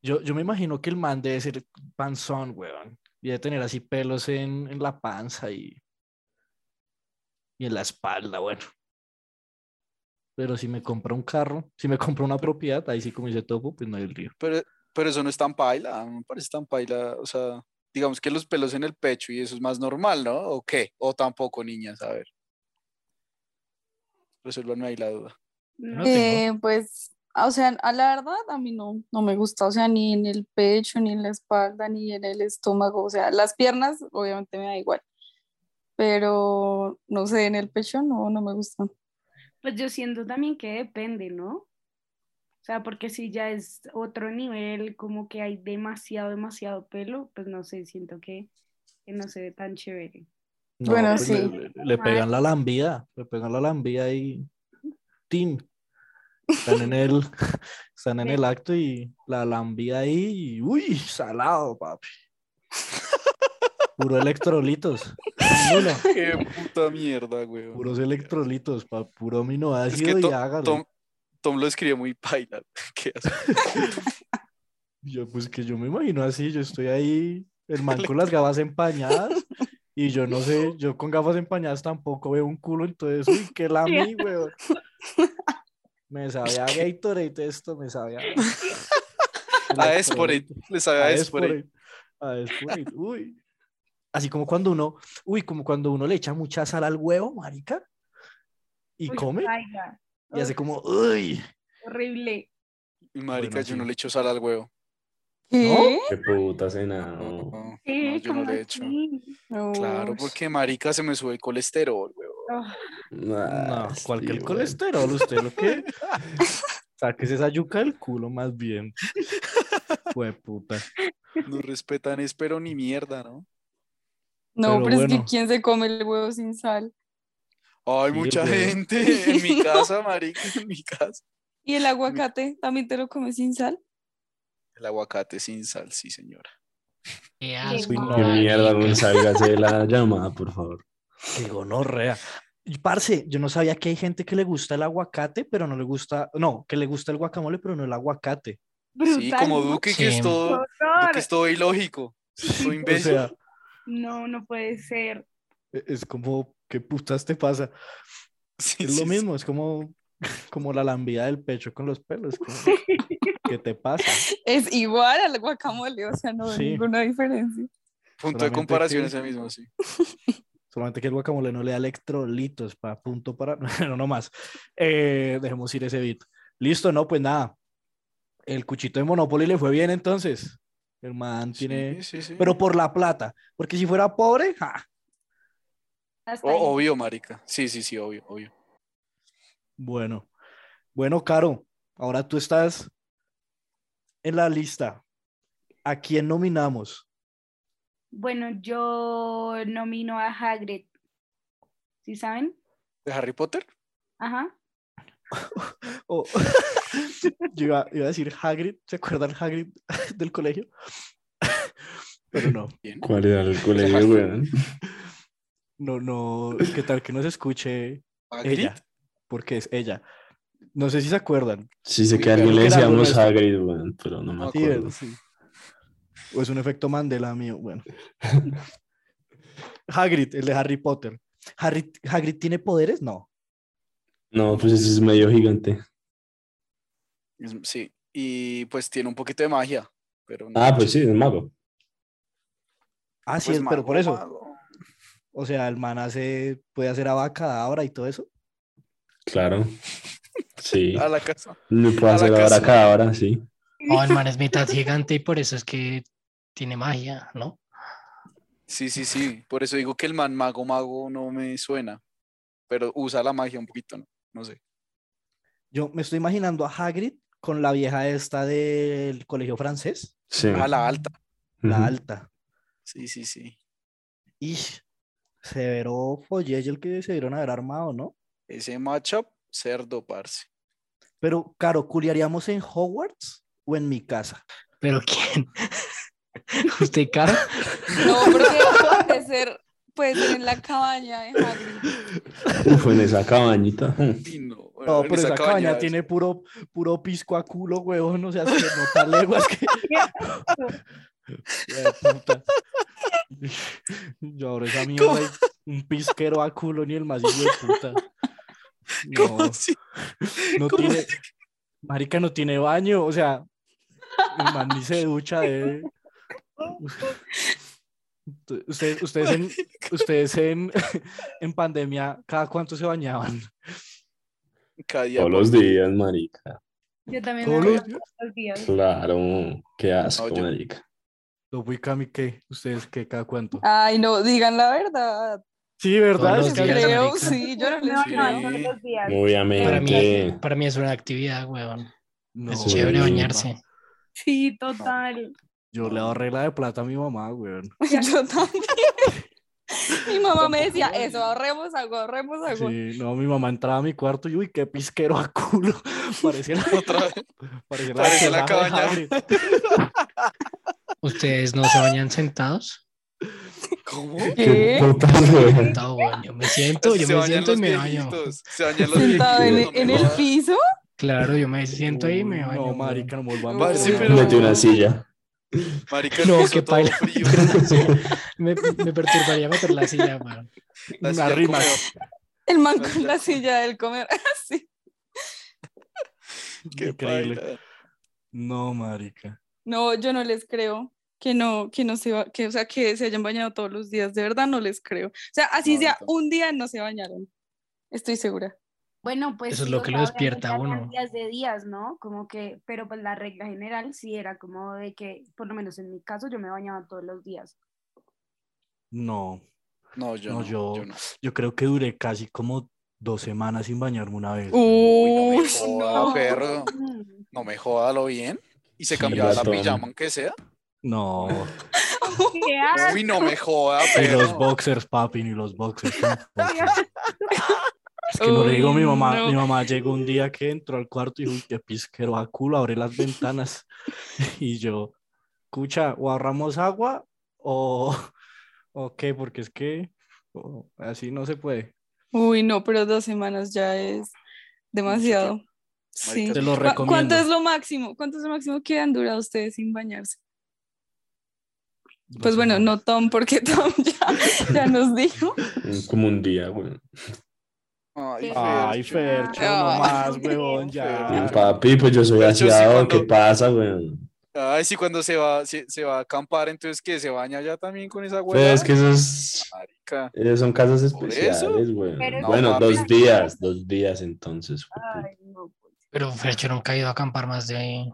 A: Yo, yo me imagino que el man debe ser panzón, weón. Y debe tener así pelos en, en la panza y, y en la espalda, bueno. Pero si me compra un carro, si me compra una propiedad, ahí sí como dice Topo, pues no hay río.
D: Pero, pero eso no es tan paila, no me parece tan paila. O sea, digamos que los pelos en el pecho y eso es más normal, ¿no? ¿O qué? O tampoco, niñas, a ver. Resuélvanme ahí la duda.
A: No
E: No,
A: tengo.
F: Eh, pues, o sea, a la verdad a mí no, no me gusta, o sea, ni en el pecho, ni en la espalda, ni en el estómago, o sea, las piernas obviamente me da igual, pero no sé, en el pecho no, no me gusta.
E: Pues yo siento también que depende, ¿no? O sea, porque si ya es otro nivel, como que hay demasiado, demasiado pelo, pues no sé, siento que, que no se ve tan chévere.
A: No,
F: Bueno,
A: pues le-
F: sí.
A: Le, le pegan la lambida, le pegan la lambida y Tim. Están en el, están en el acto y la lambida ahí, y, uy, salado, papi. Puro electrolitos,
C: Ninguno.
D: Qué puta mierda, güey.
A: puros electrolitos, pa, puro
D: Es
A: aminoácido
D: que
A: y
D: Tom-
A: hágalo.
D: Tom, Tom lo escribe muy paila. Qué asco.
A: Yo, pues que yo me imagino así, yo estoy ahí, el man con las gafas empañadas, y yo no sé, yo con gafas empañadas tampoco veo un culo, entonces, uy, qué lami, weón. Me sabía a Gatorade esto, me sabía.
D: A Esporate, le sabe a
A: A
D: Esporate.
A: Esporate. A Esporate, uy. Así como cuando uno, uy, como cuando uno le echa mucha sal al huevo, marica, y
E: Uy,
A: come,
E: vaya,
A: y hace como, uy.
E: horrible.
D: Marica,
A: Bueno,
D: yo
A: sí.
D: no le echo sal al huevo.
F: ¿Qué?
B: Qué puta cena.
D: No,
B: no.
E: Sí,
D: no, yo no
E: ¿cómo
D: le echo.
E: así?
F: No,
D: Claro,
F: uy.
D: porque marica se me sube el colesterol, güey.
E: Ah,
A: No,
B: Nasty,
A: cualquier
B: Ah, weón.
A: colesterol, usted lo que. Saques esa yuca del culo más bien. Fue puta.
D: No respetan espero ni mierda, ¿no?
F: No,
A: pero
F: pero, es
A: bueno.
F: que ¿quién se come el huevo sin sal?
A: Sí,
D: Ay,
A: pues.
D: mucha
A: güey.
D: gente en mi casa, marica, en mi casa.
F: ¿Y el aguacate también te lo comes sin sal?
D: El aguacate sin sal, sí, señora.
C: Qué asco,
E: Uy, no,
B: Qué mierda,
C: marica.
B: güey. Sálgase de la llamada, por favor.
A: Qué gonorrea. Y, Parce, yo no sabía que hay gente que le gusta el aguacate, pero no le gusta. No, que le gusta el guacamole, pero no el aguacate.
D: sí,
E: brutal,
D: como
E: ¿no?
D: Duque,
C: Sí.
D: que es todo,
E: ¡Horror!
D: Duque es todo ilógico. Soy
A: O
D: imbécil.
A: sea,
E: No, no puede ser.
A: e- es como, ¿qué putas te pasa?
D: Sí,
A: Es
D: sí,
A: lo
D: sí.
A: mismo, es como, como la lambida del pecho con los pelos. como, ¿Qué te pasa?
F: Es igual al guacamole, o sea, no hay
A: Sí.
F: ninguna diferencia.
D: Punto de
A: Solamente
D: comparación
A: que-
D: ese mismo, sí.
A: Solamente que el guacamole no le da electrolitos para punto para. No, no más. Eh, dejemos ir ese bit. Listo, no, pues nada. El cuchito de Monopoly le fue bien entonces. El man tiene.
D: Sí, sí, sí.
A: Pero por la plata. Porque si fuera pobre, ja.
E: Hasta ahí.
D: O- Oh, obvio, marica. Sí, sí, sí, obvio, obvio.
A: Bueno. Bueno, Caro. Ahora tú estás en la lista. ¿A quién nominamos?
E: Bueno, yo nomino a Hagrid. ¿Sí saben?
D: ¿De Harry Potter?
E: Ajá.
D: Oh.
A: O- Yo iba, iba a decir Hagrid. ¿Se acuerdan Hagrid del colegio? Pero no.
D: Bien.
B: ¿Cuál era el colegio, weón?
A: No, no, qué tal que no se escuche
D: ¿Hagrid?
A: ella, porque es ella. No sé si se acuerdan.
B: Sí, sé
D: Uy,
B: que a alguien
A: claro
B: le
A: que era
B: decíamos
A: nuestro.
B: Hagrid, weón, pero no me
A: Sí,
B: acuerdo.
A: sí. O es un efecto Mandela mío. Bueno. Hagrid, el de Harry Potter. Harry, ¿Hagrid tiene poderes? No.
B: No, pues ese es medio gigante.
D: Es- Sí. Y pues tiene un poquito de magia. Pero no
B: Ah, pues
D: mucho.
B: sí, es mago.
A: Ah, sí,
D: Pues
A: es- pero por
D: mago,
A: eso.
D: mago.
A: O sea, el man hace, puede hacer ahora y todo eso.
B: Claro. Sí.
D: A la casa.
B: Le puedo
D: a la
B: hacer
D: casa.
B: ahora cada hora, sí.
C: No, Oh, el man es mitad gigante y por eso es que tiene magia, ¿no?
D: Sí, sí, sí. Por eso digo que el man mago mago no me suena. Pero usa la magia un poquito, ¿no? No sé.
A: Yo me estoy imaginando a Hagrid con la vieja esta del colegio francés,
B: Sí.
D: A la alta.
A: la
B: Ujú.
A: alta.
D: Sí, sí, sí.
A: Y severo follés el que se dieron haber armado, ¿no?
D: Ese matchup, cerdo, parce.
A: Pero, claro, ¿culiaríamos en Hogwarts o en mi casa?
C: ¿Pero quién? ¿Usted, Caro?
F: No, porque puede ser, puede ser en la cabaña de Hagrid.
B: Uf, en esa cabañita.
D: Sí, no,
A: No,
D: en
A: pero esa cabaña
D: es-
A: tiene puro, puro pisco a culo, huevón, o sea, se nota leguas que... Hueputa. Yo abro esa mierda y un pisquero a culo ni el más hijo de puta. No,
D: ¿Cómo así?
A: no
D: ¿Cómo
A: tiene... Marica no tiene baño, o sea, el man ni se ducha de... Ustedes, ustedes, en, ustedes en, en pandemia, ¿cada cuánto se bañaban?
D: Cada día
B: Todos los días, marica.
E: Yo también
A: Todos
E: me
A: los
E: hago los días.
B: Claro, qué asco,
D: yo-
B: marica.
A: Lo Wicami, ¿qué? ¿Ustedes qué? ¿Cada cuánto?
F: Ay, no, digan la Ah, verdad.
A: Sí, ¿verdad?
C: Todos
A: Es
C: los
A: que-
C: días,
F: Creo,
C: marica.
F: sí, yo no les
E: No,
F: creo.
E: no, todos los días.
C: Para mí,
B: Obviamente.
C: para mí es una actividad, weón.
A: No,
C: es
B: Sí.
C: chévere
A: güey,
C: bañarse.
E: Sí, total.
A: Yo le ahorré la de plata a mi mamá, weón.
F: Yo también. Mi mamá me decía, eso, ahorremos algo, ahorremos algo.
A: Sí, no, mi mamá entraba a mi cuarto y uy, qué pisquero a culo. Parecía la,
D: Otra vez.
A: parecía
D: parecía
A: chelaja
D: la
A: de
D: cabaña.
A: Hagrid.
C: ¿Ustedes no se bañan sentados?
D: ¿Cómo?
F: ¿Qué?
B: putas, weón.
C: Sentado, weón. Yo me siento, yo
D: se
C: me
D: bañan
C: siento y
D: los
C: me baño.
D: viejitos. Se bañan los
F: Sentado en,
D: viejitos. no
F: en
D: me
F: el
D: jodas.
F: piso.
C: Claro, yo me siento ahí y me
A: Uy,
C: baño.
A: No,
C: weón.
A: marica, no volvamos.
F: No,
A: weón.
F: sí,
D: pero-
B: Mete una silla.
D: Marica, el
C: No,
D: piso
C: qué
D: todo
C: paila.
D: frío.
C: Me, me perturbaría meter la silla, weón.
D: La
A: Unas
D: silla
A: rimas.
D: como-
F: El man
D: No,
F: con
D: ya.
F: la silla del comer. Así.
D: Qué
A: Increíble.
D: paila.
A: No, marica.
F: No, yo no les creo que no, que no se va, que, o sea, que se hayan bañado todos los días. De verdad no les creo. O sea, así
D: No, yo
F: sea,
D: tampoco.
F: un día no se bañaron. Estoy segura.
E: Bueno, pues.
C: Eso es
E: sí,
C: lo
E: o
C: que
E: sea,
C: lo despierta a
E: obviamente habían
C: uno.
E: Días de días, ¿no? Como que, pero pues la regla general sí era como de que, por lo menos en mi caso, yo me bañaba todos los días.
A: No,
D: No, yo
A: No,
D: no.
A: yo-
D: yo... no.
A: yo creo que duré casi como dos semanas sin bañarme una vez.
F: Uh.
A: weón.
D: Uy, no me
F: Uy,
D: joda,
F: no.
D: perro.
E: Mm.
D: No me joda lo bien. Y se
B: Sí,
D: cambiaba la
B: ratón.
D: pijama, aunque sea.
A: No,
E: ¿Qué haces?
D: Uy, no me joda,
A: ni los
D: perro.
A: boxers, papi, ni los boxers. tampoco. Es que no le digo a mi
F: Uy,
A: mamá,
F: no.
A: mi mamá llegó un día que entró al cuarto y dijo, "Uy, qué pisquero a culo, abre las ventanas. Y yo, escucha, o ahorramos agua o, o qué, porque es que o- así no se puede.
F: Uy, no, pero dos semanas ya es demasiado. Sí.
D: Marica,
A: Te lo
F: ¿Cu- ¿Cuánto
A: recomiendo.
F: es lo máximo? ¿Cuánto es lo máximo que han durado ustedes sin bañarse?
A: Dos
F: Pues bueno,
A: semanas.
F: no Tom, porque Tom ya, ya nos dijo.
B: Como un día, weón.
D: Ay,
A: Ay, Fercho,
E: Fercho,
A: no
F: Ay,
A: más,
E: Dios.
A: huevón, ya.
D: Fercho.
B: Papi, pues yo soy
D: Pero yo sí
B: aseado.
D: cuando-
B: ¿Qué pasa, weón?
D: Ay, sí, cuando se va, se, se va a acampar, entonces que se baña ya también con esa
B: Pues
D: hueá.
B: es que esos,
D: Marica.
B: esos Eh, son casos
D: Por
B: especiales,
D: eso.
B: weón.
E: Pero-
B: bueno,
D: No, papi.
B: dos días, dos días entonces.
E: Ay, no, pues.
C: Pero Fercho nunca ha ido a acampar más de ahí.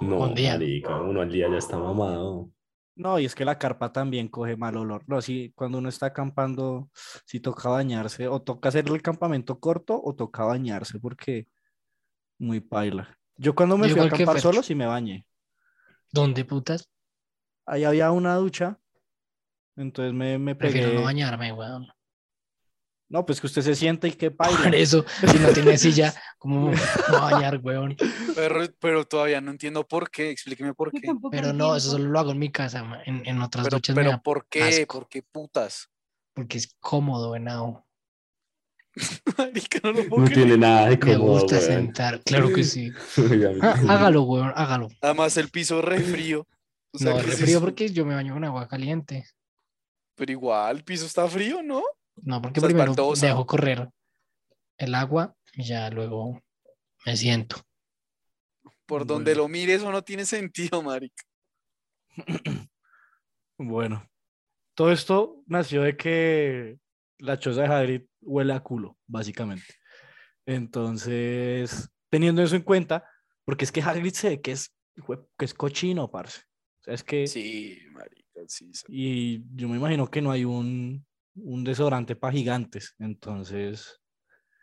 B: No,
C: Un día.
B: marica, uno al día ya está mamado.
A: No, y es que la carpa también coge mal olor. No, sí, cuando uno está acampando, sí toca bañarse, o toca hacer el campamento corto, o toca bañarse, porque muy paila. Yo cuando me
C: Yo
A: fui a
C: igual que
A: acampar
C: Fercho.
A: solo, sí me bañé.
C: ¿Dónde putas?
A: Ahí había una ducha, entonces me, me
C: Prefiero
A: pegué.
C: no
A: No,
C: bañarme, weón.
A: pues que usted se siente y qué paila.
C: Por eso, si no tiene silla, ¿cómo me voy a bañar, weón?
D: Pero, pero todavía no entiendo por qué. Explíqueme por
E: Yo
D: qué.
E: tampoco
C: Pero no, eso
E: entiendo.
C: solo lo hago en mi casa, ma. en, en otras
D: Pero,
C: duchas me
D: pero
C: da,
D: ¿por qué?
C: asco.
D: ¿Por qué putas?
C: porque es cómodo, venado.
D: Marica, no lo puedo
B: No
D: creer.
B: tiene nada de
C: Me
B: cómodo,
C: gusta
B: weón.
C: sentar, claro que sí. Ah, hágalo, weón, hágalo.
D: Además, el piso re frío. O sea,
C: No,
D: que
C: re
D: sí
C: frío
D: es-
C: porque yo me baño con agua caliente.
D: Pero igual, el piso está frío, ¿no?
C: No, porque
D: sea, es
C: primero
D: baldosa.
C: dejo correr el agua y ya luego me siento.
D: Por donde
A: Bueno.
D: lo mires, eso no tiene sentido, marica.
A: Bueno, todo esto nació de que la choza de Hagrid huele a culo, básicamente. Entonces, teniendo eso en cuenta, porque es que Hagrid se ve que es, jue- que es cochino, parce. O sea, es que,
D: Sí, marica, sí.
A: Pues,
D: sí.
A: y yo me imagino que no hay un, un desodorante para gigantes. Entonces,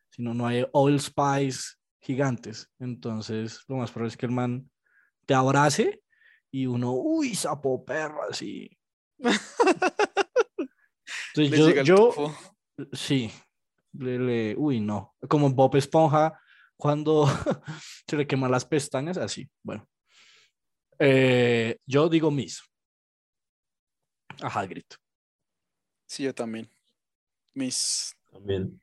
A: sino no hay Old Spice gigantes. Entonces, lo más probable es que el man te abrace y uno, uy, sapo perro, así.
D: Le
A: Entonces,
D: llega el
A: Pues yo, yo,
D: tufo.
A: Sí, le, le- uy, no. Como Bob Esponja, cuando se le queman las pestañas, así. Bueno, Eh, yo digo mis. A Hagrid.
D: Sí, yo también. Mis
B: También.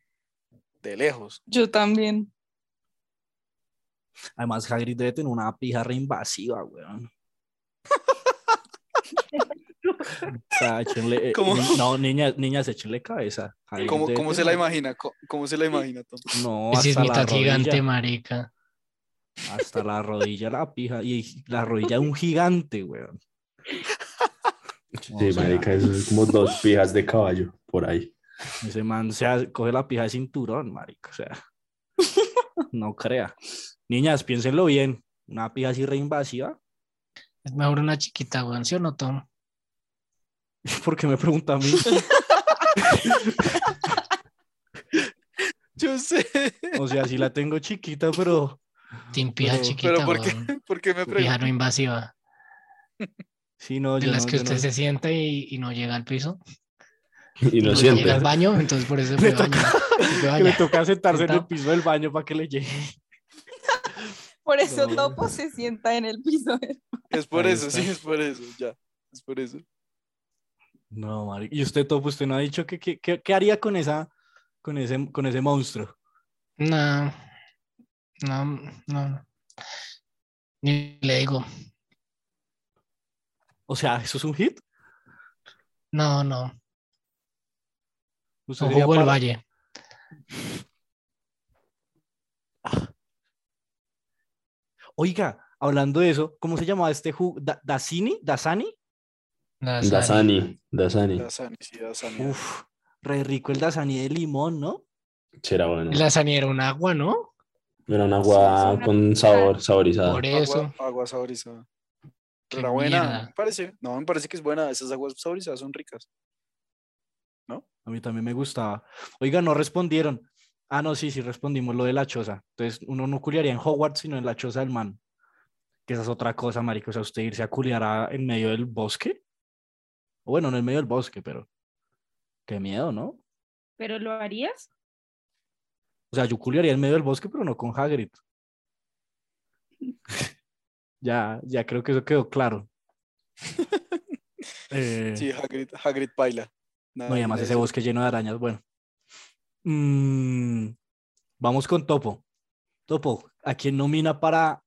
D: de lejos.
F: Yo también.
A: Además, Hagrid debe tener una pija reinvasiva, weón. O sea, échenle, eh,
D: ¿Cómo?
A: ni- no, niñas, niñas, échenle cabeza. Hagrid
D: ¿Cómo,
A: debe
D: cómo se la
A: tener-
D: imagina? Co- ¿Cómo se la imagina, Tom?
A: No,
C: Ese es
A: hasta la
C: mitad
A: rodilla.
C: gigante, marica.
A: Hasta la rodilla la pija. Y la rodilla de un gigante, weón. No,
B: Sí,
A: o sea,
B: marica, eso es como dos pijas de caballo por ahí.
A: Ese man se hace- coge la pija de cinturón, marica. O sea, no crea. Niñas, piénsenlo bien. Una pija así reinvasiva.
C: Es mejor una chiquita, weón, ¿sí o no, Tom?
A: ¿Por qué me pregunta a mí?
D: Yo sé,
A: O sea, sí la tengo chiquita, pero
C: Team pija
A: Pero-
C: chiquita,
D: pero ¿por qué,
C: weón.
D: por qué me
C: Pija no
D: preguntas?
C: invasiva.
A: sí, no,
C: De
A: yo
C: las
A: no,
C: que
A: yo
C: usted
A: no-
C: se sienta y, y no llega al piso.
B: Y no
C: llega
B: siente.
C: al baño, entonces por eso
A: Le
C: se baña. Se
A: que le
C: baña.
A: toca sentarse en el
C: Sentado.
A: piso del baño para que le llegue.
F: Por eso
A: No.
F: Topo se sienta en el piso.
D: Es por
A: Ahí
D: eso,
A: está.
D: sí, es por eso, ya. Es por eso.
A: No, marica. Y usted, Topo, usted no ha dicho que, que- que- qué haría con esa, con ese, con ese monstruo.
C: No, no, no. no. Ni le digo,
A: O sea, ¿eso es un hit?
C: no, no.
A: Usted
C: No
A: sería
C: jugó el
A: para-
C: valle.
A: Oiga, hablando de eso, ¿cómo se llamaba este jugo? ¿Dasini? ¿Dasani?
C: Las áreas.
B: Dasani, Dasani.
D: Dasani, sí, Dasani.
A: Uf, re rico el Dasani de limón, ¿no?
B: Será bueno.
C: La sani era un agua, ¿no?
B: Era un
E: Sí,
B: agua
E: es una-
B: con sabor, saborizada.
C: Por
D: Agua-
C: eso.
D: Agua saborizada.
C: Qué
D: Pero era buena,
C: mierda.
D: me parece. No, me parece que es buena. Esas aguas saborizadas son ricas.
A: A mí también me gustaba. Oiga, no respondieron. Ah, no, sí, sí respondimos lo de la choza. Entonces, uno no culiaría en Hogwarts, sino en la choza del man. Que esa es otra cosa, marico. O sea, usted irse a culiar a- en medio del bosque. O bueno, no en medio del bosque, pero... Qué miedo, ¿no?
E: ¿Pero lo harías?
A: O sea, yo culiaría en medio del bosque, pero no con Hagrid. ya, ya creo que eso quedó claro. Eh,
D: Sí, Hagrid, Hagrid baila. Nada,
A: No, y además
D: nada,
A: ese
D: sí.
A: bosque lleno de arañas, bueno. Mm, vamos con Topo. Topo, ¿a quién nomina para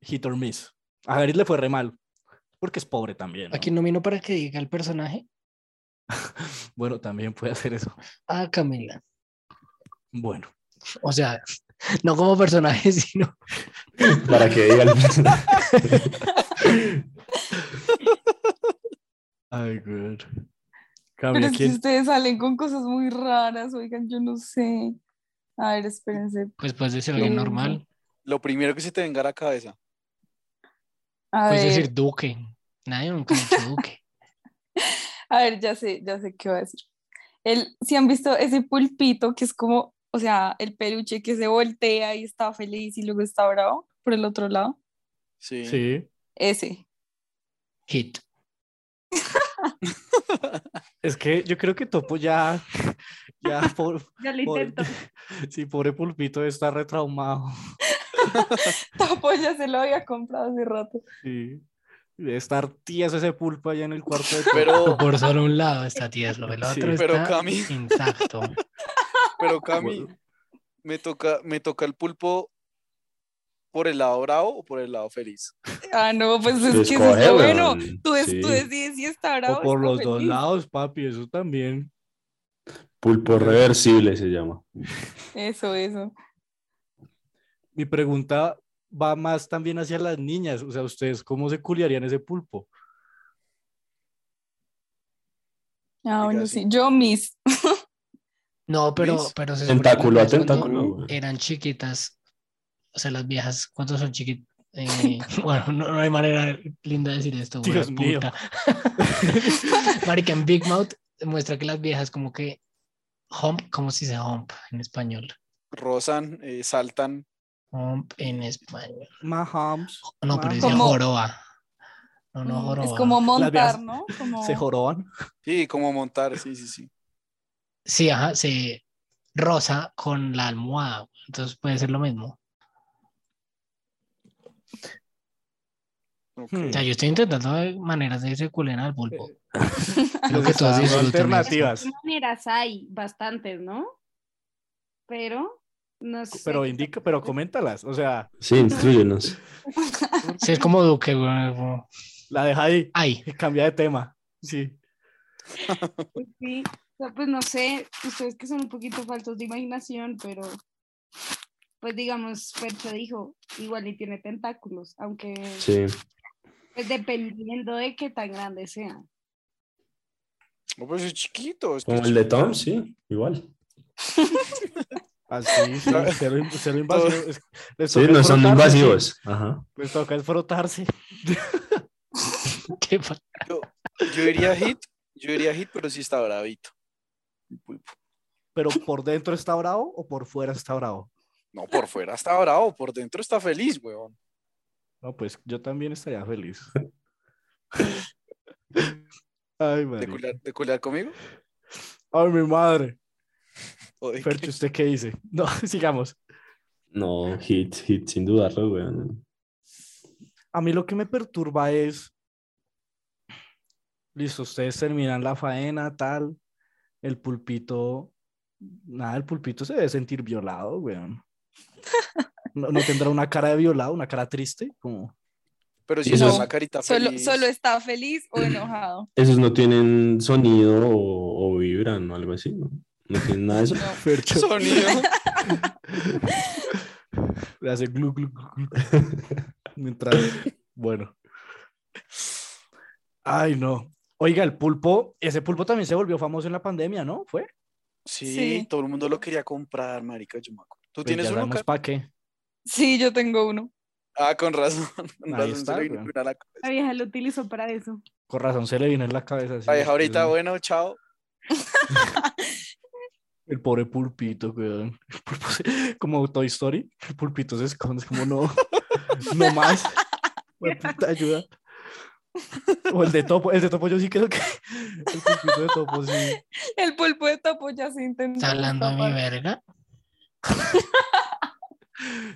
A: Hit or Miss? A Hagrid le fue re mal, porque es pobre también. ¿no?
C: Aquí nomino para que diga el personaje.
A: Bueno, también puede hacer eso.
C: Ah, Camila.
A: Bueno,
C: O sea, no como personaje, sino
B: Para que diga el
A: ay, güey.
F: Pero
A: Cami, ¿a
F: es que
A: quién?
F: ustedes salen con cosas muy raras, oigan, yo no sé. A ver, espérense.
C: pues puedes decir alguien
F: No.
C: normal.
D: Lo primero que se te venga a la cabeza.
A: Pues
F: A
C: Puedes
F: ver,
C: decir Duque. Nadie nunca ha dicho Duque.
F: a ver, ya sé, ya sé qué va a decir. El, si han visto ese pulpito que es como, o sea, el peluche que se voltea y está feliz y luego está bravo por el otro lado.
D: Sí.
A: Sí.
F: Ese.
C: Hit.
A: Es que yo creo que Topo ya, ya por,
E: Ya lo
A: por-
E: intento.
A: sí, pobre Pulpito está retraumado.
F: Topo ya se lo había comprado hace rato.
A: Sí. Debe estar tieso ese pulpo allá en el cuarto de Topo.
D: Pero,
C: Por solo un lado está tieso, el
A: Sí.
C: otro
D: Pero
C: está
D: Cami.
C: intacto.
D: pero Cami, me toca, me toca el pulpo por el lado bravo o por el lado feliz.
F: Ah, no, pues
B: Tú
F: es que eso
B: escoge,
F: está bueno.
B: weón.
F: Tú, des-
B: Sí.
F: tú decides si está bravo.
A: O por
F: está
A: los dos
F: feliz.
A: lados, papi, eso también.
B: Pulpo reversible se llama.
F: Eso, eso.
A: Mi pregunta va más también hacia las niñas. O sea, ¿ustedes cómo se culiarían ese pulpo?
F: Ah, bueno,
D: así.
F: sí. Yo mis.
C: No, pero,
D: ¿Ves?
C: pero se supone que
B: Tentáculo a
C: antes cuando
B: tentáculo, weón.
C: Eran chiquitas. O sea, las viejas, ¿cuántos son chiquitas? bueno, no, no hay manera linda de decir esto. güey,
A: Dios mío.
C: puta. Marica, en Big Mouth muestra que las viejas como que hump, ¿cómo se dice hump en español?
D: rozan, eh, saltan.
C: Hump en español.
A: Mahomes.
C: No, pero dice
F: Ah, Como-
C: joroba. No, no,
F: Mm,
C: joroba.
F: Es como montar,
A: vias-
F: ¿no? Como...
A: Se joroban.
D: Sí, como montar, sí, sí, sí.
C: Sí, ajá, se rosa con la almohada. Entonces puede ser lo mismo.
D: Ok.
A: Hmm.
C: O sea, yo estoy intentando de maneras de irse culena al pulpo. Creo
A: Los
C: que todos
A: estaba dando
C: disfrutan
A: alternativas.
E: Pues, maneras hay bastantes, ¿no? Pero no sé.
A: Pero indica, pero coméntalas. O sea,
B: Sí, instruyenos.
C: Sí, es como Duque, güey, güey.
A: la deja ahí.
C: Ay,
A: Cambia de tema. Sí.
E: Sí, o sea, pues no sé, ustedes que son un poquito faltos de imaginación, pero pues digamos, Fercho dijo, igual y tiene tentáculos, aunque
B: Sí.
E: pues, dependiendo de qué tan grande sea.
D: No, pues es chiquito. es que
B: Como
D: es
B: el de
D: chiquito.
B: Tom, sí, igual.
A: Así, sí, cero, in- cero invasivo. Es- les
B: Sí,
A: toca
B: no son
A: frotarse,
B: invasivos. Ajá.
A: Les toca es frotarse.
C: qué fa-
D: Yo diría hit, yo diría hit, pero sí está bravito. El pulpo.
A: Pero por dentro está bravo o por fuera está bravo.
D: No, por fuera está bravo, por dentro está feliz, weón.
A: No, pues yo también estaría feliz. Ay,
D: ¿De
A: madre.
D: culiar, de culiar conmigo?
A: Ay, mi madre.
D: ¿O de qué?
A: Fercho, ¿usted qué dice? No, sigamos.
B: No, hit, hit, sin dudarlo, weón.
A: A mí lo que me perturba es, listo, ustedes terminan la faena, tal, el pulpito, nada, el pulpito se debe sentir violado, weón. No, no tendrá una cara de violado, una cara triste, como,
D: Pero si
B: No,
D: eso es una carita
F: Solo,
D: feliz.
F: solo está feliz o enojado.
B: Esos no tienen sonido o, o vibran o algo así, ¿no? No tienen nada de eso.
F: No.
A: Fercho,
D: Sonido.
A: le hace glu, glu, glu, glu. Mientras, bueno. Ay, no. Oiga, el pulpo, ese pulpo también se volvió famoso en la pandemia, ¿no? ¿Fue?
D: Sí,
F: Sí.
D: todo el mundo lo quería comprar, marica, yo me acuerdo. ¿Tú
A: Pues
D: tienes uno? Car-
A: para qué.
F: Sí, yo tengo uno.
D: Ah, con razón.
A: Ahí
D: Con razón se
A: está,
D: le vino
A: weón.
D: a la cabeza.
E: La vieja lo utilizó para eso.
A: Con razón se le vino en la cabeza. sí,
D: La vieja ahorita,
A: es-
D: bueno, chao.
A: El pobre pulpito, weón. El pulpo se- como Toy Story, el pulpito se esconde, como no, no más. Güey, puta, ayuda. O el de topo, el de topo yo sí creo que el pulpito de topo sí.
F: El pulpo de topo ya se intentó.
C: está hablando de mi
F: tapar.
C: verga.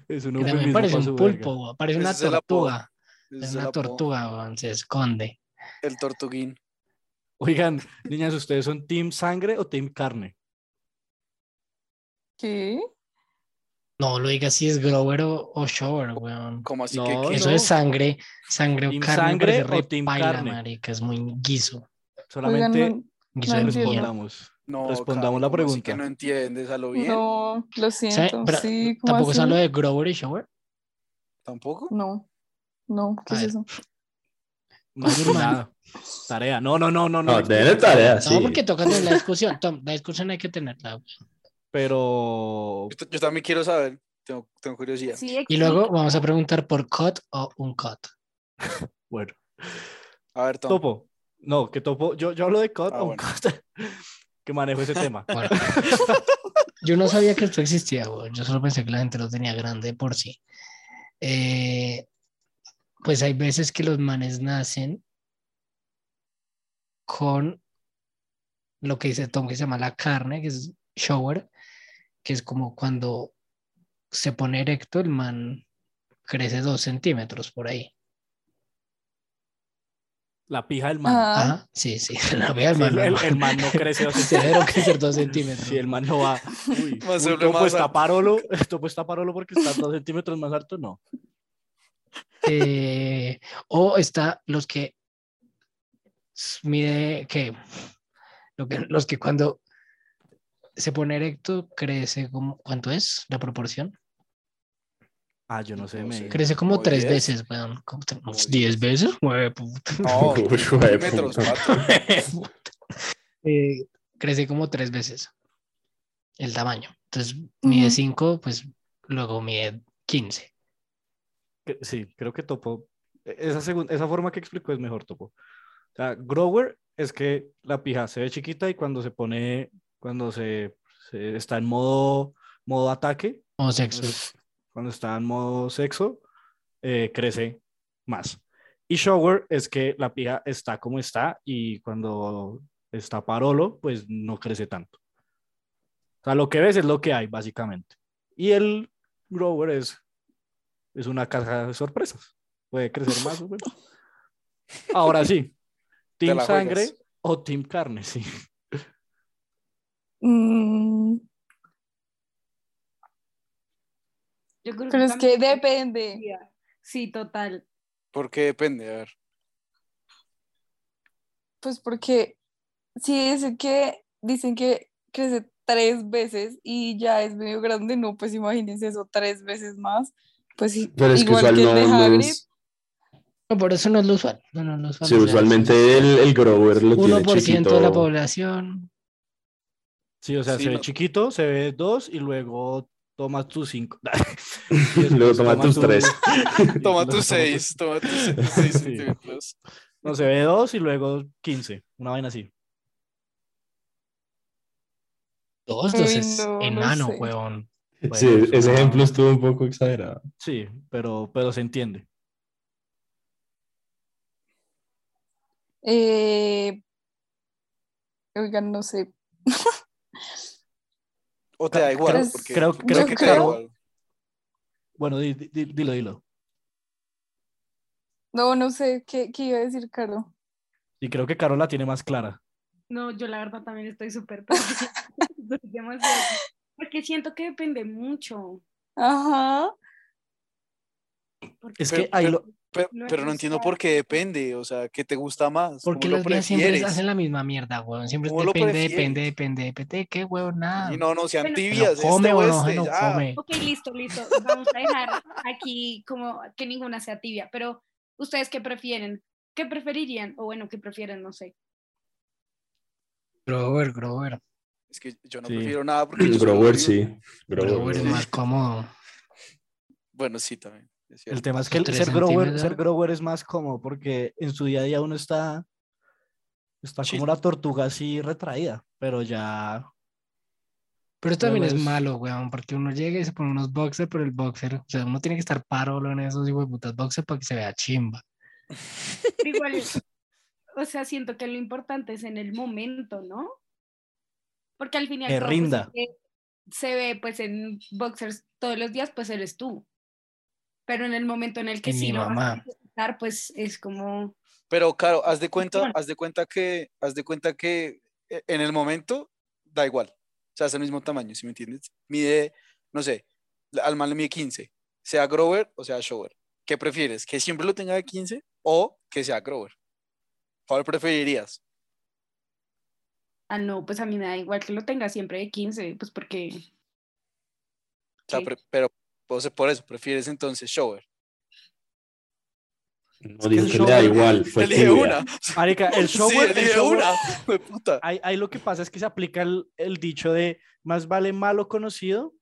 A: Es un
C: Que también
A: eufemismo
C: parece
A: pa'
C: un
A: su
C: pulpo, güey, parece una
D: Ese es el apodo.
C: tortuga.
D: Ese
C: Es
D: se
C: una
D: la po-
C: tortuga, weón, se esconde.
D: El tortuguín.
A: Oigan, niñas, ¿ustedes son team sangre o team carne?
F: ¿Qué?
C: No lo digas si es Grover o, o Shower, weón.
D: Como así
A: No,
D: que, que
C: Eso
A: no.
C: es sangre, sangre o
A: ¿Team
C: carne. me
A: sangre
C: parece
A: o
C: re
A: team
C: paila,
A: carne?
C: marica, es muy guiso.
A: Solamente
F: Oigan,
C: Guiso
F: No
C: de
F: entiendo.
C: mierda.
A: respondamos.
D: No,
A: Respondamos la
D: Karen, ¿cómo así que
A: pregunta.
D: no entiendes a lo
F: no,
D: bien.
F: no, lo
C: ¿Sabe?
F: siento.
C: Pero,
F: sí, ¿cómo
C: ¿Tampoco
F: así?
C: es lo de Grover y Shower?
D: Tampoco.
F: No, no, ¿qué
C: A
F: es
C: ver.
F: eso?
A: Más nada. Tarea. No, no, no, no, no.
B: No, denle tarea, sí.
C: No, porque toca tener la discusión. Tom, la discusión hay que tenerla. weón.
A: Pero
D: Yo, t- yo también quiero saber. Tengo, tengo curiosidad.
E: Sí,
C: Y luego vamos a preguntar por cut o un cut.
A: bueno.
D: A ver, Tom.
A: Topo. No, que topo. Yo, yo hablo de COD,
D: Ah,
A: o un
D: bueno.
A: COD, que manejo ese tema.
C: Bueno. yo no sabía que esto existía, weón. Yo solo pensé que la gente lo tenía grande por sí. Eh, pues hay veces que los manes nacen con lo que dice Tom, que se llama la carne, que es shower, que es como cuando se pone erecto, el man crece dos centímetros por ahí.
A: La pija del man.
F: Ah,
C: Ajá, sí, sí, la vea,
A: Sí, el,
C: hermano.
A: el- el man no crece dos
C: Severo
A: centímetros.
C: crecer dos centímetros.
A: Si el man no va. Uy,
D: Más
A: un
D: sobre
A: topo
D: más
A: está
D: alto.
A: parolo. El topo está parolo porque está dos centímetros más alto. No.
C: Eh, o está los que s- mide que, lo que los que cuando se pone erecto crece como ¿cuánto es la proporción?
A: Ah, yo no sé.
D: No
A: me-
D: sé. Creo-
C: Crece como
D: Como
C: tres
D: 10.
C: veces, weón. como tre-
D: Como
C: ups, ¿Diez veces? Jue puta.
D: No,
B: Uy, güey,
D: metros,
B: puta.
D: cuatro.
C: Eh, crece como tres veces el tamaño. Entonces mide
F: Ujú.
C: cinco, pues luego mide quince.
A: que- Sí, creo que topo. e, Esa, segun- esa forma que explico es mejor, topo. O sea, grower es que la pija se ve chiquita y cuando se pone, cuando se, se está en modo modo ataque,
C: homosexual.
A: pues, cuando está en modo sexo, eh, crece más. Y shower es que la pija está como está y cuando está parolo, pues no crece tanto. O sea, lo que ves es lo que hay, básicamente. Y el grower es, es una caja de sorpresas. Puede crecer más o menos. Ahora sí,
D: Te
A: Team
D: la
A: Sangre
D: juegas.
A: o Team Carne, sí.
F: Mm,
E: Yo creo
F: pero es que
E: también-
F: depende.
E: Sí, total.
D: Porque depende, a ver.
F: Pues porque si es que dicen que crece tres veces y ya es medio grande, no, pues imagínense eso tres veces más. Pues sí,
B: Pero es que
F: igual
B: usual
F: que el
B: no-
F: de
B: no
F: Hagrid,
B: es-
C: No, por eso no es lo usual. No, no, es lo usual.
B: sí,
C: O sea,
B: usualmente el, el grower lo tiene
C: 1%
B: chiquito.
C: de la población.
A: Sí, o sea,
D: Sí,
A: se ve
D: no.
A: chiquito, se ve dos y luego tomas tus cinco.
B: Luego toma tus tres.
D: Toma
A: tus
D: tus seis, toma tus seis
A: Sí.
D: centímetros.
A: No, se ve dos y luego 15. Una vaina así.
C: Dos,
F: Uy,
C: dos es
F: no, no
C: enano,
F: sé.
C: weón.
B: Sí,
A: Bueno, es
B: ese
A: una-
B: ejemplo estuvo un poco exagerado.
A: Sí, pero, pero se entiende.
F: eh, oigan, no sé.
D: O te da igual.
F: Creo-
D: porque
A: creo- creo
F: que
D: te da
F: creo-
D: igual.
A: Bueno, di- di- di- dilo, dilo.
F: No, no sé qué, qué iba a decir, Caro.
A: Y creo que Carol la tiene más clara.
E: No, yo la verdad también estoy súper perdida. Estoy demasiado- Porque siento que depende mucho.
F: Ajá.
E: Porque
A: Es
D: Pero-
A: que ahí
D: pero-
A: lo-
D: Pero,
E: No
D: pero no entiendo
E: está-
D: por qué depende, o sea, ¿qué te gusta más?
C: Porque
D: ¿Cómo
C: los días siempre hacen la misma mierda, weón. Siempre
D: ¿Cómo lo
C: depende,
D: prefieres?
C: depende, depende, depende. ¿Qué, weón? Nada.
D: Y no, no sean
E: Bueno,
C: Se lo
D: tibias,
C: come
D: este
C: o
D: o
C: no se
D: este,
C: lo
D: ya.
C: come.
E: Ok, listo, listo. Vamos a dejar aquí como que ninguna sea tibia, pero ¿ustedes qué prefieren? ¿Qué preferirían? O bueno, ¿qué prefieren? No sé.
C: Grover, Grover.
D: Es que yo no
A: Sí.
D: prefiero nada porque yo soy
B: Grower,
D: aburrido.
B: sí.
C: Grover es
B: Grower.
C: más cómodo.
D: Bueno, sí, también.
A: el
D: es cierto.
A: tema es que el-
C: tres
A: ser grower,
C: centímetros.
A: ser grower es más cómodo porque en su día a día uno está, está
D: Chill.
A: como la tortuga así retraída, pero ya
C: Pero eso también es
A: Luego es-
C: malo, weón, porque uno llega y se pone unos boxers, pero el boxer, o sea, uno tiene que estar parolo en esos hijos de putas boxers para que se vea chimba.
E: Pero Igual, o sea, siento que lo importante es en el momento, ¿no? Porque al final...
A: Que rinda.
E: se ve pues en boxers todos los días, pues eres tú. Pero en el momento en el que
C: Y
E: sí
C: mi
E: lo vas a
C: mamá.
E: dar, pues es como...
D: Pero claro, haz de
A: Pues
D: cuenta,
E: Opción.
D: haz de cuenta que, haz de cuenta que eh, en el momento da igual. O sea, es el mismo tamaño, ¿sí me entiendes? Mide, no sé, la- al mal le mide 15, sea grower o sea shower. ¿Qué prefieres? ¿Que siempre lo tenga de 15 o que sea grower? ¿Cuál preferirías?
E: Ah, no, pues a mí me da igual que lo tenga siempre de 15, pues porque...
D: O sea,
E: Sí.
D: pre- pero o sea, por eso, prefieres entonces shower.
B: No dijo
A: el
B: que le da
A: shower-
B: igual. Fue
D: Elige
B: tibia.
D: una.
A: Marica, el
D: sí,
A: shower, el
D: elige
A: shower-
D: una. hijo de puta.
A: ahí, ahí lo que pasa es que se aplica el, el dicho de más vale malo conocido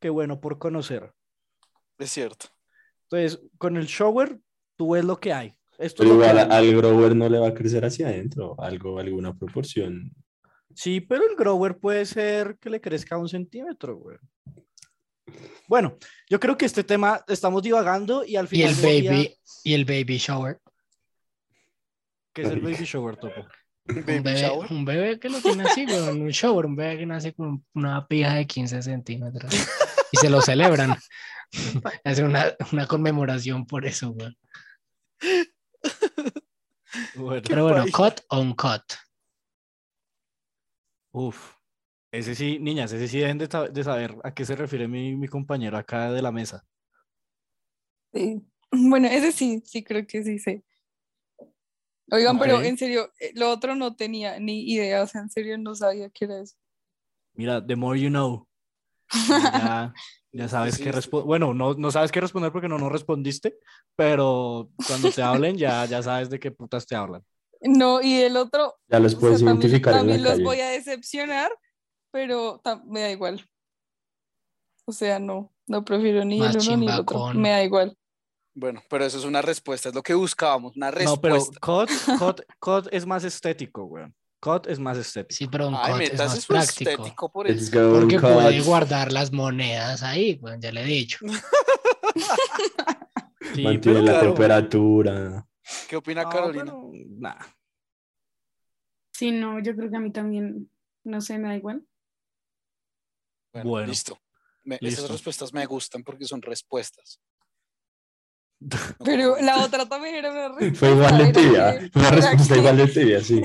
A: que bueno por conocer.
D: Es cierto.
A: Entonces, con el shower, tú ves lo que hay. Esto es
B: Pero
A: lo que
B: igual
A: hay.
B: al grower no le va a crecer hacia adentro. Algo, alguna proporción.
A: Sí, pero el grower puede ser que le crezca un centímetro, güey. Bueno, yo creo que este tema estamos divagando y al
C: Y
A: final.
C: el
A: del día,
C: baby, y el baby shower.
A: Que es el baby shower, topo.
C: Un
D: Baby
C: bebé,
D: shower.
C: un bebé que lo tiene así, weón, un shower, un bebé que nace con una pija de 15 centímetros. Y se lo celebran. Hacen una, una conmemoración por eso, weón.
A: Bueno,
C: Pero bueno,
D: paila.
C: cut on cut.
A: uf. Ese sí, niñas, ese sí deben de, sab- de saber a qué se refiere mi, mi compañero acá de la mesa.
F: Sí. Bueno, ese sí, sí creo que sí sé. Oigan, pero
A: Ok.
F: en serio, eh, lo otro no tenía ni idea, o sea, en serio no sabía qué era eso.
A: Mira, the more you know. Ya, ya
D: Sí,
A: sabes
D: sí,
A: qué
D: sí.
A: responder. Bueno, no, no sabes qué responder porque no nos respondiste, pero cuando te hablen ya, ya sabes de qué putas te hablan.
F: No, y el otro,
B: Ya los
F: o sea,
B: Pues puedes
F: también-
B: identificar
F: también,
B: en la
F: los
B: calle.
F: voy a decepcionar, pero tam- me da igual. O sea, no, no prefiero ni
C: Más
F: el uno ni el otro,
C: chimbacón.
F: me da igual.
D: Bueno, pero eso es una respuesta, es lo que buscábamos, una respuesta.
A: No, pero COD, COD, COD es más estético, weón. COD es más estético.
C: Sí, pero un
D: Ay,
C: COD es
D: metas
C: más
D: es su
C: práctico.
D: estético por
B: Let's
D: eso.
B: go,
C: Porque puede
B: Cubs.
C: guardar las monedas ahí, bueno, ya le he dicho.
A: Sí,
B: Mantiene la
D: claro.
B: temperatura.
D: ¿Qué opina
A: No,
D: Carolina?
A: pero, nah.
E: Sí, no, yo creo que a mí también, no sé, me da igual.
D: Bueno,
A: Bueno.
D: listo. Me- Esas
A: Listo.
D: respuestas me gustan porque son respuestas. No pues.
F: Pero
D: como-
F: la otra también era una respuesta.
B: Fue igual de
F: era
B: tibia.
F: que-
B: Fue una
F: era
B: respuesta
F: que-
B: igual de tibia, sí.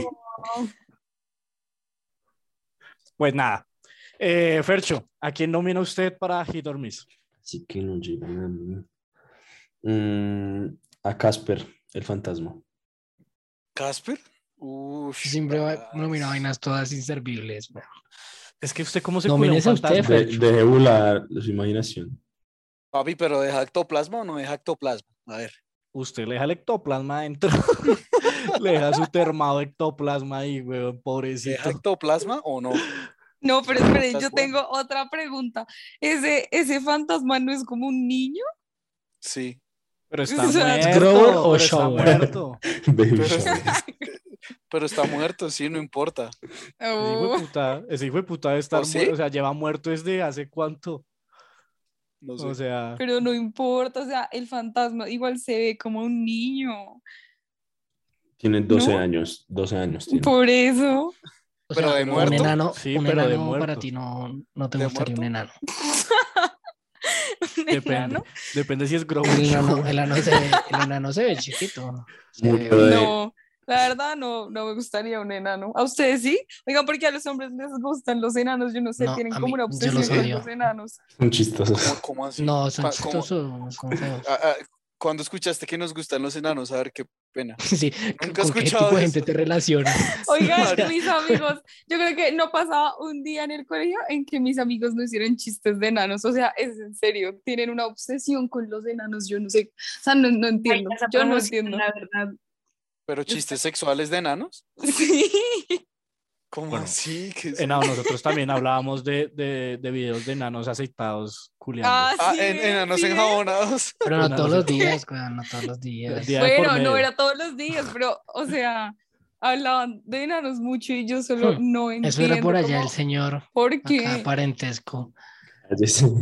A: Pues nada. Eh, Fercho, ¿a quién nomina usted para Hit or Miss?
B: Así que no llegan a mí. Mm, a Casper, el fantasma.
D: ¿Casper? Uf,
C: Siempre va-
D: Cas-
C: nomina vainas todas inservibles. weón.
A: Es que usted, ¿cómo se cura un
C: Nomínese usted,
A: fantasma?
B: De,
C: Fercho.
B: dejé volar su imaginación.
D: Papi, pero ¿deja ectoplasma o no deja ectoplasma? A ver.
A: Usted le deja el ectoplasma adentro. le deja su termado ectoplasma ahí, weón,
D: ¿Deja
A: pobrecito.
D: ectoplasma o no?
F: No, pero esperen,
D: Estás
F: yo
D: bueno.
F: tengo otra pregunta. ¿Ese, ese fantasma no es como un niño?
D: Sí.
A: Pero está
F: O sea,
A: muerto.
C: ¿Grower o
A: pero está
C: Shower?
A: muerto.
B: Baby
D: Pero-
B: shower.
D: Pero está muerto, sí, no importa.
A: Ese hijo de
F: Oh,
A: puta, ese hijo de puta debe estar
D: ¿O sí?
A: muerto, o sea, lleva muerto desde hace cuánto.
D: No sé.
A: O sea,
F: pero no importa, o sea, el fantasma igual se ve como un niño.
B: Tiene 12
F: ¿No?
B: años. 12 años tiene.
F: Por eso.
C: O
D: Pero de
C: Un
D: muerto.
C: enano,
A: Sí,
C: un
A: pero de
C: enano para
A: muerto.
C: ti no, no te
D: ¿De
C: gustaría un
D: muerto?
C: enano.
F: un
A: depende.
F: enano.
A: Depende si es grow
C: El enano, el enano se ve, el enano se ve chiquito. Se ve-
B: Murió de-
F: No, la verdad no, no me gustaría un enano. ¿A ustedes sí? Oigan, porque a los hombres les gustan los enanos, yo no sé,
C: No,
F: tienen
C: a
F: como
C: mí-
F: una
C: yo los
F: obsesión con
C: odio.
F: los enanos.
B: Son chistosos.
D: ¿Cómo, cómo así?
C: No, son
D: Pa- ¿cómo-
C: chistosos, son feos.
D: Ah, ah, ¿Cuándo escuchaste que nos gustan los enanos? A ver, qué pena.
C: Sí, ¿con
D: Nunca he
C: qué
D: escuchado
C: tipo de gente
D: eso.
C: te relacionas?
F: Oigan,
D: Marica.
F: mis amigos, yo creo que no pasaba un día en el colegio en que mis amigos no hicieran chistes de enanos. O sea, es en serio, tienen una obsesión con los enanos. Yo no sé, o sea, no, no entiendo.
E: Ay, esa
F: yo no
E: promoción,
F: entiendo.
E: La verdad,
D: ¿Pero chistes sexuales de enanos?
F: Sí.
D: ¿Cómo
A: Bueno,
D: así? ¿Qué es-
A: Enano, Eh, nosotros también hablábamos de, de, de videos de enanos aceitados, culiando.
F: Ah,
D: Ah,
F: sí,
D: en-
F: ve,
D: enanos
F: sí, ve.
D: enjabonados.
C: Pero no
A: Enanos
C: todos los
A: de-
C: días, weón, no todos los días.
A: día de por
F: Bueno,
A: medio.
F: no era todos los días, pero, o sea, hablaban de enanos mucho y yo solo
C: Hmm,
F: no entiendo.
C: Eso era por allá el
F: cómo-
C: señor,
F: ¿Por
C: acá
F: qué?
C: parentesco.
A: Sí,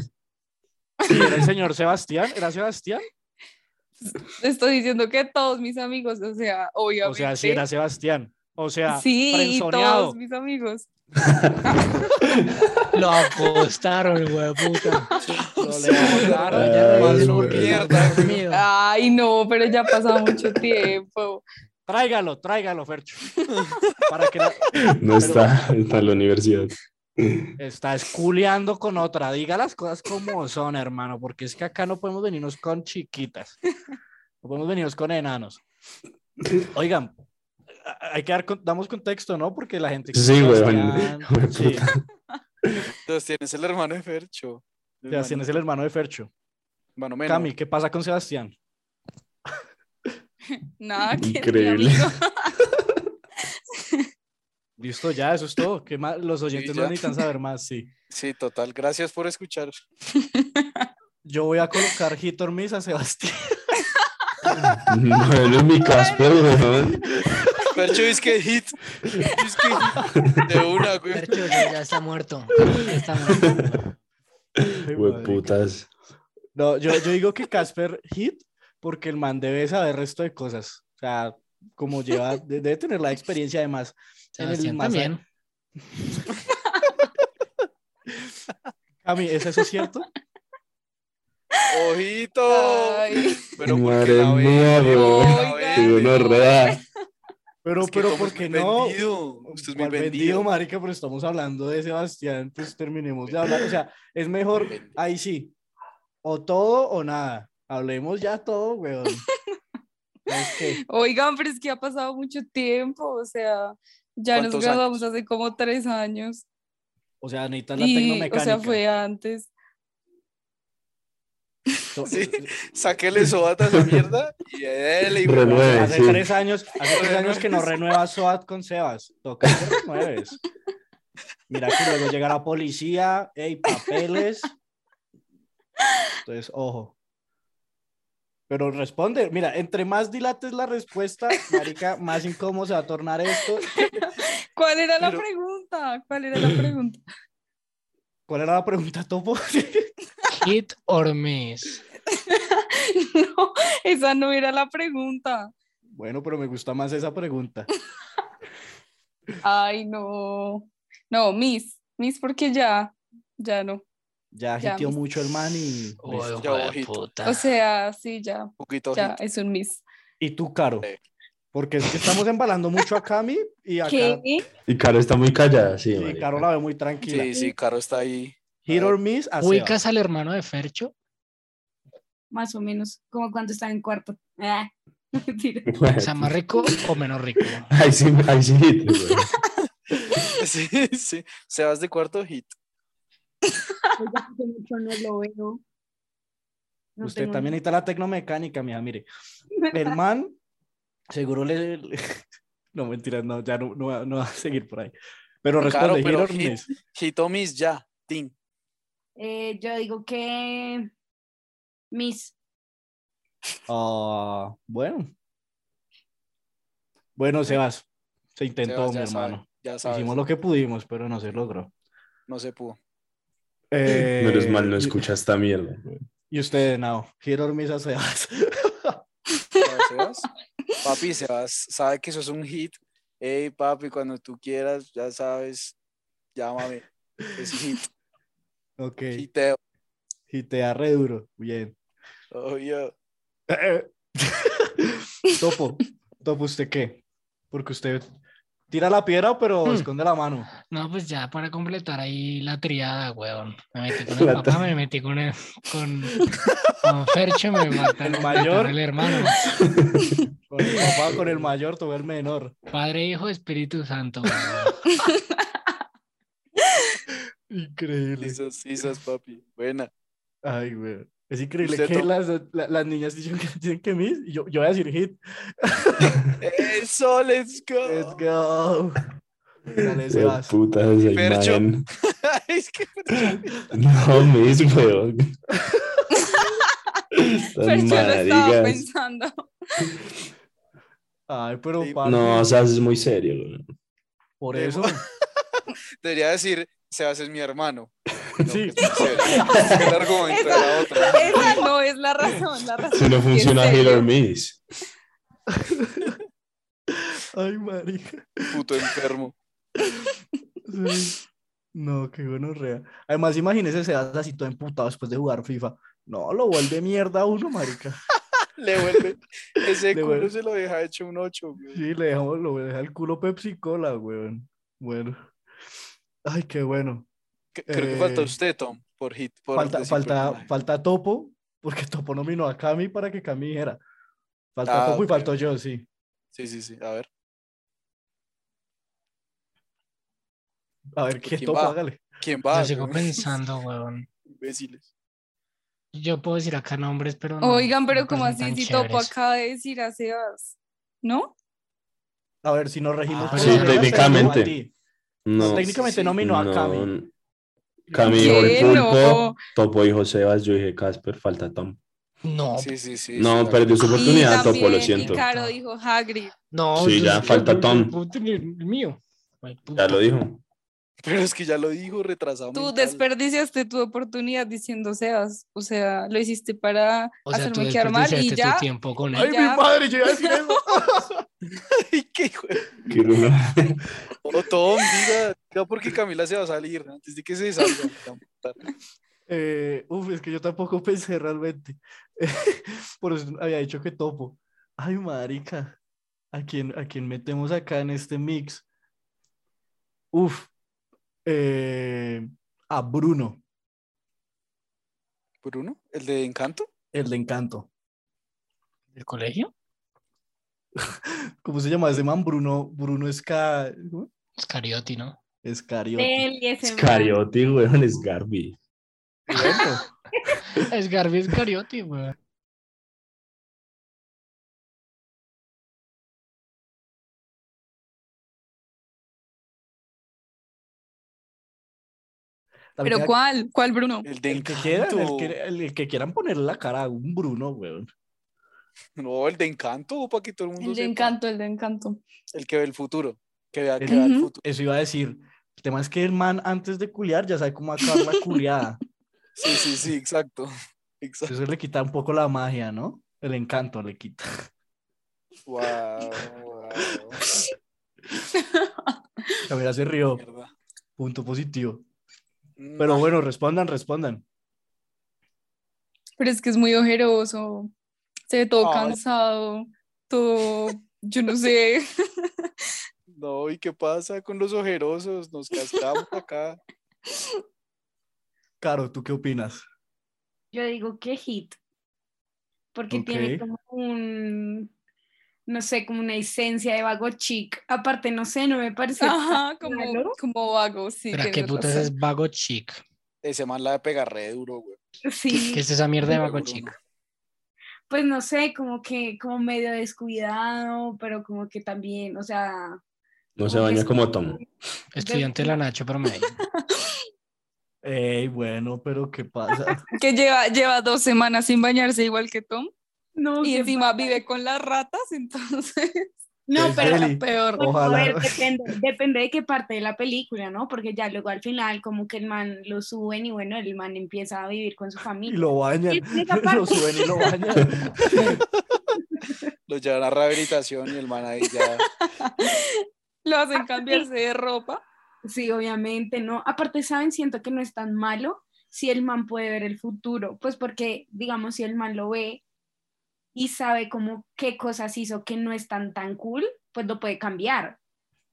A: era el señor Sebastián, era Sebastián.
F: Estoy diciendo que todos mis amigos, o sea, obviamente.
A: O sea, sí era Sebastián. O sea,
F: Sí, y
A: frenzoneado.
F: todos mis amigos.
C: Lo acostaron, weón, puta.
A: Lo levantaron,
B: Ay,
A: ya revíselo
B: weón.
A: porque ya
D: Mierda,
C: está
D: weón.
C: dormido.
F: Ay, no, pero ya ha pasado mucho tiempo.
A: Tráigalo, tráigalo, Fercho. Para que la-
B: No está, está en la universidad.
A: está esculeando con otra. Diga las cosas como son, hermano, porque es que acá no podemos venirnos con chiquitas. No podemos venirnos con enanos. Oigan, a- hay que dar, con- damos contexto, ¿no? Porque la gente.
B: Sí, weón.
A: Sebastián- sí.
D: Entonces tienes el hermano de Fercho. El
A: Sebastián es el hermano de Fercho.
D: hermano menor.
A: Cami, ¿qué pasa con Sebastián?
F: Nada, que
B: Increíble.
F: Increíble.
A: Listo, ya, eso es todo. ¿Qué más? Los oyentes no
D: ya.
A: necesitan saber más, sí.
D: Sí, total. Gracias por escuchar.
A: Yo voy a colocar Hit or Miss a Sebastián.
B: Bueno, mi Casper, weón.
D: Fercho es que hit. Es que hit. De una, güey.
C: Percho, ya ya está muerto. ya está muerto.
A: Ay, madre.
B: Hueputas.
A: No, yo, yo digo que Casper Hit porque el man debe saber resto de cosas. O sea, como lleva, de- debe tener la experiencia además. En el
C: Sebastián
A: más-
C: también.
A: Cami, ¿es eso cierto?
D: ¡Ojito!
F: Ay,
D: Pero ¿por qué
B: Madre
D: la ven?
B: mía, weón.
D: ¿Por qué la
B: Qué
F: Oigan.
D: ven?
B: gonorrea.
A: Pero,
D: Es que
A: pero,
D: Tomo
A: ¿por
D: es
A: qué
D: muy
A: no?
D: vendido. Usted es muy
A: ¿Cuál
D: vendido.
A: marica, pero estamos hablando de Sebastián, pues terminemos de hablar. O sea, es mejor,
D: Vendido.
A: ahí sí, o todo o nada. Hablemos ya todo, weón. Es que,
F: Oigan, pero es que ha pasado mucho tiempo, o sea, ya nos
D: ¿Cuántos
F: graduamos
D: años?
F: hace como tres años.
A: o sea, necesitas la
F: Y,
A: tecnomecánica.
F: o sea, fue antes.
A: To-
D: Sí. Sáquele sobata a esa mierda y dele y
B: Renueve.
A: Hace
B: Sí.
A: tres años, hace tres años que no renuevas SOAT con Sebas. Toca que renueves. Mira que luego llega la policía, hey, papeles. Entonces, ojo. Pero responde, mira, entre más dilates la respuesta, marica, más incómodo se va a tornar esto.
F: ¿Cuál era la
D: Pero-
F: pregunta? ¿Cuál era la pregunta?
A: ¿Cuál era la pregunta, Topo?
C: Hit or miss.
F: no, esa no era la pregunta.
A: Bueno, pero me gusta más esa pregunta.
F: Ay, no. No, Miss. Miss porque ya, ya no.
A: Ya
F: Ya,
A: agitió
F: mis-
A: mucho el man y...
C: Uy,
A: listo.
C: hijo de
D: ojito.
C: puta.
F: O sea, sí, ya,
D: poquito
F: ya,
D: ojito.
F: es un Miss.
A: Y tú, Caro.
D: Sí.
A: Porque es que estamos embalando mucho a Cami y acá...
B: Y Caro está muy callada, sí.
A: Y
B: marica.
A: Caro la ve muy tranquila.
D: Sí, sí, Caro está ahí.
A: Hit or miss
C: Ah,
A: a Seba.
C: ¿Ubicas al hermano de Fercho?
E: Más o menos, como cuando estaba en cuarto. Ah, mentira.
C: O sea, más rico o menos rico.
B: Ahí sí, ahí sí, güey.
D: Sí, sí. Sebas de cuarto ojito.
E: Oiga, hace mucho no lo veo. No
A: Usted
E: tengo
A: también
E: ni-
A: necesita la tecnomecánica, mija, mire. El man seguro le... le- No, mentiras, no, ya no, no, va- no va a seguir por ahí. Pero
D: Caro,
A: responde,
D: pero
A: hit or
D: hit.
A: miss.
D: Hito Miss ya. Tin.
E: Eh, yo digo que mis
A: Ah, bueno. Bueno, Sebas, se intentó,
D: Sebas,
A: mi
D: ya sabe,
A: hermano.
D: ya sabes.
A: Hicimos lo que pudimos, pero no se logró.
D: No se pudo.
A: Eh,
B: Menos mal no
A: y-
B: escucha esta mierda. güey.
A: Y usted, no, hit or miss a Sebas.
D: Ya, Sebas. Papi, Sebas, sabe que eso es un hit. Ey, papi, cuando tú quieras, ya sabes, llámame. Es hit,
A: Ok,
D: hiteo,
A: hitea re duro. Bien.
D: obvio.
A: Eh, Topo, Topo, ¿usted qué? Porque usted tira la piedra, pero
C: Hmm.
A: esconde la mano.
C: No, pues ya para completar ahí la triada, weón. Me metí con
B: La
C: el papá,
B: tri-
C: me metí con el, con, con Fercho, me mataron
A: El mayor.
C: el hermano.
A: Con el papá, con el mayor, todo el menor.
C: Padre, Hijo, Espíritu Santo. weón.
A: Increíble.
D: Lisas, lisas, papi. Buena.
A: Ay, güey. Es increíble
D: Usted,
A: que
D: Topo.
A: las, la- las niñas dicen que, dicen que mis, y yo, yo voy a decir hit.
D: Eso, let's go.
A: Let's go. Dale,
B: Güey,
A: Sebas.
B: Puta, esa
D: Percho.
B: imagen.
D: es que
B: No, mis, weón. Tan
F: Pero Pues yo lo estaba
B: maricas.
F: pensando.
A: Ay, pero
D: Sí,
A: papi,
B: No, o sea, es muy serio, güey.
A: por eso.
D: debería decir, Sebas es mi hermano.
A: Sí.
D: que es muy serio. El argumento de la otra.
F: Esa no es la razón, la razón.
B: Si no
F: es que
B: funciona
F: es
B: Hit
F: serio.
B: or Miss.
A: Ay, marica.
D: Puto enfermo.
A: Sí. No, qué gonorrea. Además, imagínese Sebas así todo emputado después de jugar FIFA. No, lo vuelve mierda a uno, marica.
D: Le vuelve. Ese
A: Le
D: culo
A: vuelve.
D: se lo deja hecho un ocho. güey.
A: Sí, le dejamos, lo deja el culo Pepsi Cola, weón. Bueno. Ay, qué bueno.
D: C- Creo que falta
A: Eh,
D: usted, Tom, por hit. Por
A: Falta,
D: decir
A: falta,
D: personaje.
A: falta Topo, porque Topo nominó a Cami para que Cami dijera. Falta
D: Ah,
A: Topo y
D: ok.
A: faltó yo, sí.
D: Sí, sí, sí. A ver.
A: A ver, ¿quién
D: Pues, ¿Quién
A: Topo?
D: va?
A: Hágale.
D: ¿Quién va?
C: Yo sigo
D: güey?
C: pensando, weón.
D: Imbéciles.
C: Yo puedo decir acá nombres, pero no.
F: Oigan, pero
C: no
F: como
C: parecen tan
F: así, si Topo
C: chéveres.
F: acaba de decir a Sebas, ¿no?
A: A ver, si nos regimos.
C: Ah,
A: por
C: sí,
A: reglas, te
B: técnicamente.
A: nominó a ti.
B: No,
A: técnicamente
D: sí, sí.
A: nominó a Cami.
B: no. Cami dijo
F: ¿Qué?
B: el
F: No.
B: pulpo, Topo dijo Sebas, yo dije Casper, falta Tom.
C: No,
D: Sí, sí, sí.
B: No,
D: sí,
B: perdió su oportunidad, Topo, lo
F: y
B: siento.
F: Caro dijo Hagrid.
D: Ah,
C: no.
B: Sí, ya, falta Tom.
C: El mío. Ay,
B: Ya
C: puta.
B: lo dijo.
D: Pero es que ya lo dijo, retrasado.
F: Tú
D: mental.
F: desperdiciaste tu oportunidad diciendo Sebas. O sea, lo hiciste para
C: O sea, tú
F: hacerme quedar mal y
C: desperdiciaste
F: ya.
C: tu tiempo con
A: Ay,
C: él.
F: Ya.
A: mi madre, yo iba a decir eso.
D: Ay, qué hijo de-
B: Qué bueno.
D: Oh, Tom, diga, diga porque Camila se va a salir. Antes de que se salga.
A: Eh, uf, es que yo tampoco pensé realmente. Por eso había dicho que topo. Ay, marica. ¿A quién, a quién metemos acá en este mix? Uf. Eh, a Bruno,
D: ¿Bruno? ¿El de Encanto?
A: el de Encanto.
C: ¿El colegio?
A: ¿Cómo se llama ese man? Bruno, Bruno Esca... ¿cómo?
C: Escariotti, ¿no?
A: Escariote.
E: él y ese
B: Es
E: man.
B: Cariote, weón, es Garbi.
A: Bueno,
C: Es Garbi Escariotti, weón.
A: la
F: ¿Pero
A: verdad,
F: cuál? ¿Cuál Bruno?
D: El de
A: el que quieran, el
D: Encanto.
A: que, el que quieran ponerle la cara a un Bruno, weón.
D: No, el de encanto, para que todo el mundo.
F: El de
D: sepa.
F: encanto, el de encanto.
D: El que ve el futuro. Que vea que
A: El-
D: vea el
F: Ujú.
D: futuro.
A: Eso iba a decir. El tema es que el man antes de culiar ya sabe cómo acabar la culiada.
D: Sí, sí, sí, exacto. Exacto.
A: Eso le quita un poco la magia, ¿no? El encanto le quita.
D: Wow,
A: Camila se rió.
D: Mierda.
A: Punto positivo. Pero bueno, respondan, respondan.
F: Pero es que es muy ojeroso. Se ve todo
D: Ay.
F: cansado, todo, yo no sé.
D: No, ¿y qué pasa con los ojerosos? Nos cascamos acá.
A: Caro, ¿tú qué opinas?
E: Yo digo que hit, porque tiene
A: Ok.
E: como un, no sé, como una esencia de vago chic. Aparte, no sé, no me parece.
F: Ajá,
E: tan malo.
F: como, como vago, sí.
C: Pero qué
F: tienes
C: putas
F: razón.
C: es vago chic.
D: Ese man la de pegar re duro, güey.
E: Sí,
C: ¿Qué es esa mierda de
D: Muy
C: vago
D: duro.
C: chic?
E: pues no sé, como que como medio descuidado, pero como que también, o sea,
B: No se
E: Como que
B: baña
E: es-
B: como Tom.
C: Estudiante de la Nacho promedio.
A: Ey, bueno, pero ¿qué pasa?
F: Que lleva, lleva dos semanas sin bañarse igual que Tom.
E: no,
F: Y
E: qué
F: encima
E: pasa.
F: vive con las ratas, entonces
E: No,
A: Pues,
E: pero
A: Eli,
F: peor.
E: Bueno,
A: Ojalá.
E: A ver, depende, depende de qué parte de la película, ¿no? Porque ya luego al final como que el man lo suben y bueno, el man empieza a vivir con su
A: Y
E: familia.
A: lo bañan.
E: Sí, sí, esa parte.
A: Lo suben y lo bañan.
D: Lo llevan a rehabilitación y el man ahí ya.
F: Lo hacen cambiarse de ropa.
E: Sí, obviamente, ¿no? Aparte, ¿saben? Siento que no es tan malo si el man puede ver el futuro, pues porque, digamos, si el man lo ve y sabe como qué cosas hizo que no están tan cool, pues lo puede cambiar.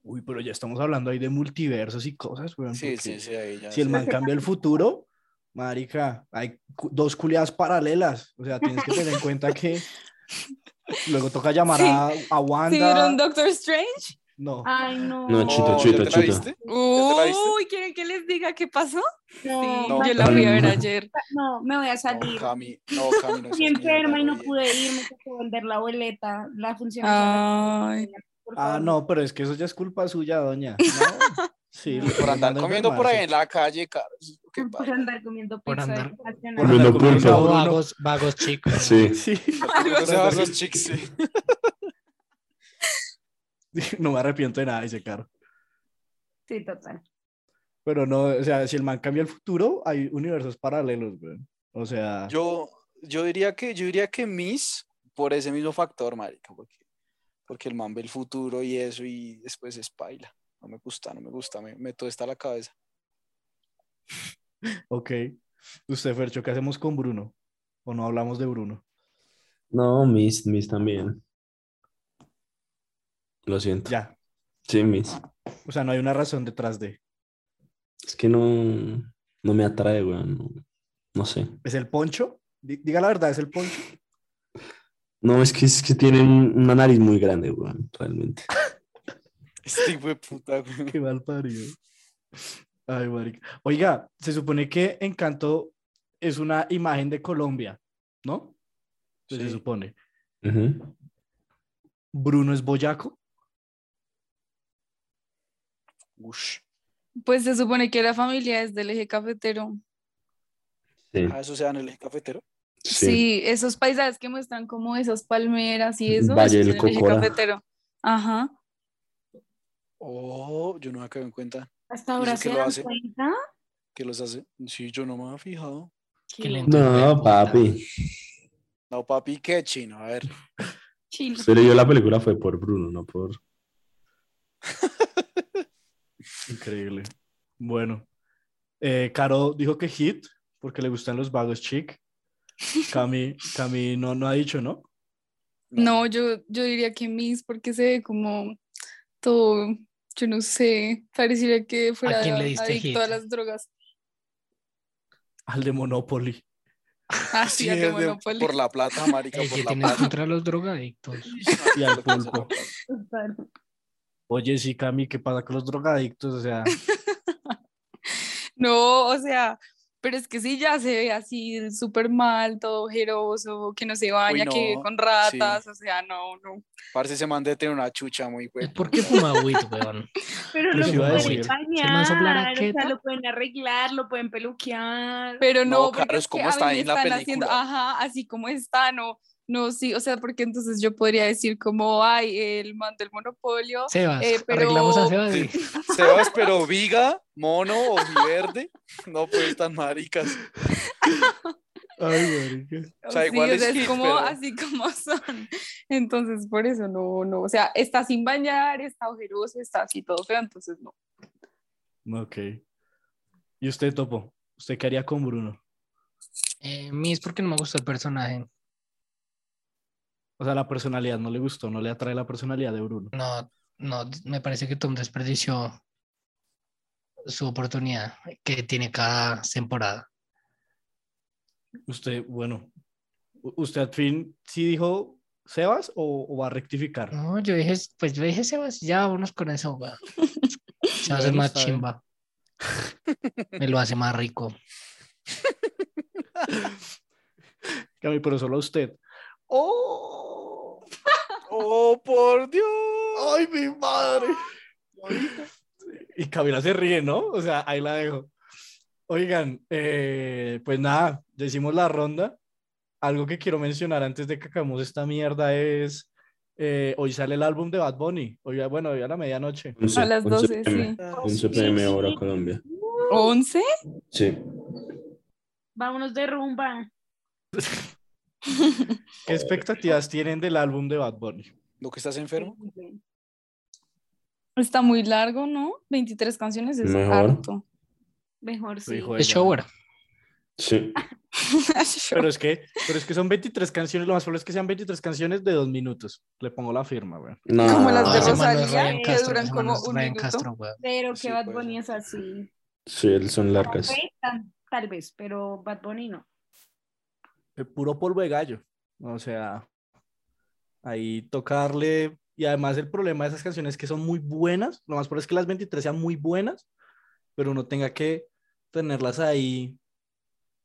A: Uy, pero ya estamos hablando ahí de multiversos y cosas, weón.
D: Sí,
A: porque
D: sí, sí, ahí ya.
A: Si el
D: sí.
A: man cambia el futuro, marica, hay cu- dos culiadas paralelas. O sea, tienes que tener en cuenta que luego toca llamar
F: Sí.
A: a, a
F: ¿Sí
A: Wanda.
F: vieron Doctor Strange?
A: no.
E: Ay, no.
B: No, chito,
D: No, ¿ya
B: chito,
D: te la
B: chito.
D: viste? te la viste?
F: Uy, ¿quieren que les diga qué pasó?
E: No,
F: Sí,
D: No,
F: yo la fui a ver
B: no.
F: ayer.
E: no, me voy a salir.
D: No, Cami, no, Cami, no seas
E: Estoy enferma
D: mierda,
E: y no
D: oye.
E: pude ir, me tocó vender la boleta, la función.
F: Ah. Ay.
E: Por favor.
A: Ah, no, pero es que eso ya es culpa suya, doña. ¿no? Sí,
E: Por
D: Por
A: le
D: andar
A: manda
D: comiendo por
A: enfermarse.
D: ahí en la calle, caro. ¿Qué
E: Por
D: pasa?
E: andar comiendo
C: Por
E: pizza.
C: andar-
E: internacional.
A: Por andar
B: Comiendo
A: comiendo
B: pulpo.
A: uno.
C: vagos, vagos chic.
B: Sí.
A: Sí,
D: No se esos chicks, sí.
A: no me arrepiento de nada, dice Caro.
E: Sí, total.
A: Pero no, o sea, si el man cambia el futuro, hay universos paralelos, weón. O sea,
D: Yo, yo diría que, yo diría que Miss, por ese mismo factor, marica, porque, porque el man ve el futuro y eso, y después es paila. No me gusta, no me gusta, me, me está la cabeza.
A: ok. Usted, Fercho, ¿qué hacemos con Bruno? ¿O no hablamos de Bruno?
B: No, Miss, Miss también. Lo siento.
A: Ya.
B: Sí, Miss.
A: O sea, no hay una razón detrás de.
B: Es que no, no me atrae, weón. No, no sé.
A: ¿Es el poncho? Di- Diga la verdad, ¿es el poncho?
B: No, es que es que tienen una nariz muy grande, weón, realmente.
D: Este hijo de puta, güey.
A: Qué mal parido. Ay, marica. Oiga, se supone que Encanto es una imagen de Colombia, ¿no? Pues Se
D: Sí.
A: supone.
B: Ujú.
A: ¿Bruno es boyaco?
D: Ush.
F: Pues se supone que la familia es del eje cafetero.
B: Sí,
D: Ah, eso se da en el eje cafetero.
F: Sí, esos paisajes que muestran como esas palmeras y eso.
B: Valle
F: eso
B: del
F: es en el eje
B: Cocora.
F: cafetero. Ajá.
D: Oh, yo no me acabo en cuenta
E: Hasta
D: ¿Y
E: ahora
D: eso
E: se
D: qué lo
E: dan
D: hace?
E: cuenta.
D: que los hace. Sí, yo no me había fijado.
C: Qué
E: que-
C: lento.
B: No, papi.
D: No, papi, qué chino. A ver,
F: Chino.
B: Pero yo la película fue por Bruno, no por.
A: Increíble. Bueno, eh, Caro dijo que hit porque le gustan los vagos chic. Cami, Cami no, no ha dicho, ¿no?
F: No, yo, yo diría que Miss, porque se ve como todo, yo no sé, pareciera que fuera
C: quién le diste
F: adicto a
C: hit?
F: las drogas.
A: Al de Monopoly.
F: Así
D: Sí,
F: al
D: es
F: de
D: de-
F: Monopoly.
D: por la plata, marica,
C: Ey,
D: por
C: ¿Qué
D: la
C: tienes
D: plata.
C: contra los drogadictos?
A: Y al pulpo.
E: Total.
A: Oye, sí, Cami, ¿qué pasa con los drogadictos? O sea,
F: No, o sea, pero es que sí, ya se ve así súper mal, todo ojeroso, que no se baña, que vive
D: no,
F: con ratas, o sea, no, no.
D: Parce se mandé tener una chucha muy
C: ¿Y
D: buena.
C: Pues, ¿Por qué fuma weed, weón?
E: Pero
A: Les
E: lo
A: iba a
E: pueden
A: decir,
C: el man sopla
E: bañar, o sea,
C: raqueta.
E: lo pueden arreglar, lo pueden peluquear.
F: Pero no,
D: No,
F: porque
D: Carlos,
F: es que
D: ¿cómo
F: a mí
D: está
F: me
D: ahí en la
F: están haciendo,
D: película?
F: ajá, así como está, no, No, sí, o sea, porque entonces yo podría decir como, ay, el man del monopolio,
C: Sebas,
F: Eh, pero-
C: arreglamos a Sebas.
D: Sí.
C: y-
D: Sebas, pero viga, mono, ojiverde, no pues tan maricas.
A: Ay, marica.
D: O sea,
F: Sí,
D: igual
F: o
D: es
F: sea, es
D: hit,
F: como
D: pero-
F: así como son. Entonces, por eso no, no. O sea, está sin bañar, está ojeroso, está así todo feo, entonces no.
A: Ok. ¿Y usted, Topo? ¿Usted qué haría con Bruno?
C: Eh, a mí es porque no me gusta el personaje.
A: O sea, la personalidad no le gustó, no le atrae la personalidad de Bruno.
C: No, no, me parece que Tom desperdició su oportunidad que tiene cada temporada.
A: Usted, bueno, u- ¿usted al fin sí dijo Sebas o, o va a rectificar?
C: No, yo dije, pues yo dije, Sebas, ya vámonos con eso, weón. Sebas es
A: Bueno,
C: más
A: está bien.
C: chimba. Me lo hace más rico.
A: Que a mí, pero solo a usted. ¡Oh!
D: ¡Oh, por Dios!
A: ¡Ay, mi madre! Y Camila se ríe, ¿no? O sea, ahí la dejo. Oigan, eh, pues nada, ya hicimos la ronda. Algo que quiero mencionar antes de que acabemos esta mierda es, eh, hoy sale el álbum de Bad Bunny. Hoy, a- bueno, hoy a la medianoche.
F: A las 12, sí.
B: 11 pm hora Colombia.
F: ¿11?
B: Sí.
E: Vámonos de rumba.
A: ¿Qué expectativas tienen del álbum de Bad Bunny?
D: ¿Lo que estás enfermo?
F: Está muy largo, ¿no? 23 canciones es
B: Mejor.
F: harto.
E: Mejor sí.
A: Hijo de
C: Es
A: ella.
C: shower.
B: Sí.
A: Pero es que, pero es que son 23 canciones, lo más probable es que sean 23 canciones de dos minutos. Le pongo la firma, güey.
B: No.
F: Como las
C: No,
F: de
C: ese
F: Rosalía,
C: man no es Ryan
F: que
C: Castro,
F: duran
C: ese man no
F: como
C: es
F: un
C: Ryan
F: minuto.
C: Castro, weón.
E: Pero
D: Sí,
E: que Bad
D: puede
E: Bunny
D: ser.
E: es así.
B: Sí, son largas.
E: Tal vez, tal- tal vez, pero Bad Bunny no.
A: Eh, Puro polvo de gallo. O sea, ahí tocarle. Y además el problema de esas canciones es que son muy buenas. Lo más probable es que las 23 sean muy buenas, pero uno tenga que tenerlas ahí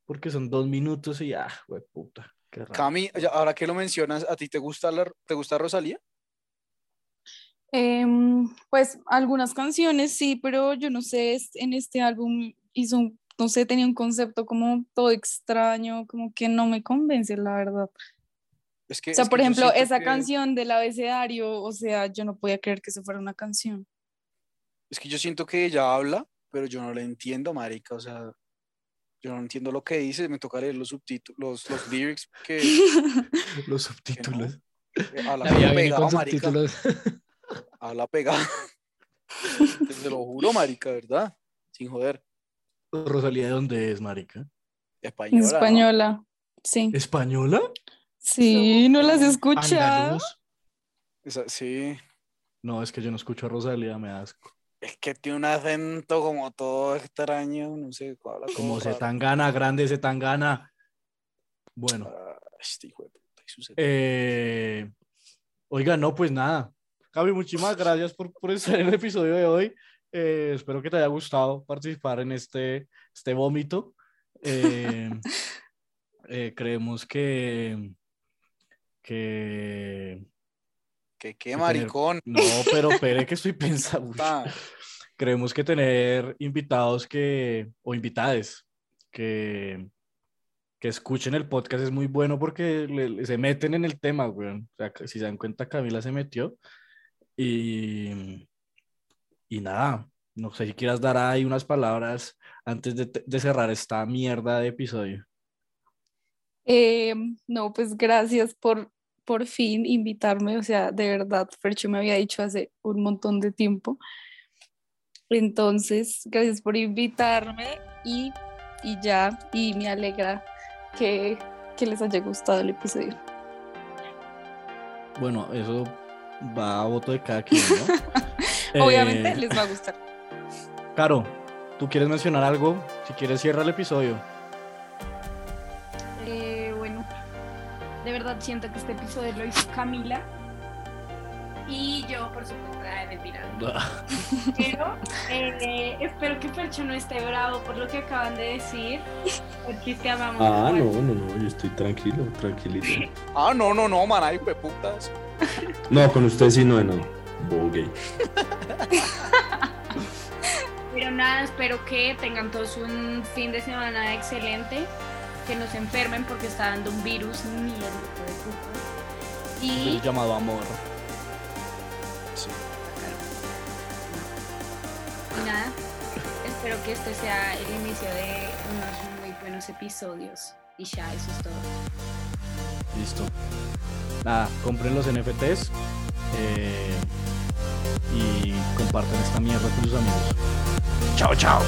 A: porque son dos minutos y ah, güey, puta. Qué raro.
D: Cami, ya- ahora que lo mencionas, ¿a ti te gusta, la, te gusta Rosalía?
F: Em, pues algunas canciones sí, pero yo no sé, es- en este álbum hizo un, no sé, tenía un concepto como todo extraño, como que no me convence, la verdad.
D: Es que,
F: O sea,
D: es que
F: por
D: yo
F: ejemplo,
D: siento
F: esa
D: que-
F: canción del abecedario, o sea, yo no podía creer que eso fuera una canción.
D: Es que yo siento que ella habla, pero yo no la entiendo, marica. O sea, yo no entiendo lo que dice. Me toca leer los subtítulos, los, los lyrics que
A: Los subtítulos.
D: que habla
C: La vida
D: como
C: viene
D: pegado,
C: con
D: marica.
C: subtítulos.
D: Habla pegado. Te lo juro, marica, ¿verdad? Sin joder.
A: Rosalía, ¿de dónde es, marica?
D: Española.
F: En
D: ¿no?
F: española. Sí.
A: ¿Española?
F: Sí, no las he escuchado.
A: ¿Andaluz?
D: Esa- sí.
A: No, es que yo no escucho a Rosalía, me da asco.
D: Es que tiene un acento como todo extraño. No sé, habla
A: Como se
D: raro.
A: tan gana, grande se tan gana. Bueno,
D: Ah, este hijo de puta, y su-
A: eh, oiga, no, pues nada. Javi, muchísimas gracias por, por estar en el episodio de hoy. Eh, espero que te haya gustado participar en este, este vómito. Eh, eh, creemos que, que...
D: Que
A: que
D: qué
A: tener-
D: maricón.
A: No, pero espere que estoy pensando.
D: puta.
A: creemos que tener invitados que, o invitades que, que escuchen el podcast es muy bueno porque le- le- se meten en el tema, weón. O sea, que si se dan cuenta, Camila se metió. Y, y nada, no sé si quieras dar ahí unas palabras antes de, te- de cerrar esta mierda de episodio.
F: Eh, no, pues gracias por por fin invitarme, o sea, de verdad, Fercho me había dicho hace un montón de tiempo. Entonces, gracias por invitarme y, y ya, y me alegra que, que les haya gustado el episodio.
A: Bueno, eso va a voto de cada quien, ¿no?
F: Obviamente
A: Eh,
F: les va a gustar.
A: Caro, ¿tú quieres mencionar algo? Si quieres, cierra el episodio.
E: Eh, bueno, de verdad siento que este episodio lo hizo Camila. Y yo, por supuesto, ay, mentira. Pero eh, espero que Percho no esté bravo por lo que acaban de decir. Porque te amamos.
B: Ah, no, no, no, yo estoy tranquilo, tranquilito.
D: Ah, no, no, no, man, ay, hijo de putas.
B: No, con usted sí, no, no. Bogey.
E: Pero nada, espero que tengan todos un fin de semana excelente. que no se enfermen porque está dando un virus ni el hijo de puta. Y
G: el llamado amor.
E: Y nada, espero que este sea el inicio de unos muy buenos episodios. Y ya, eso es todo.
G: Listo. Nada, compren los NFTs eh, y comparten esta mierda con sus amigos. Chao, chao.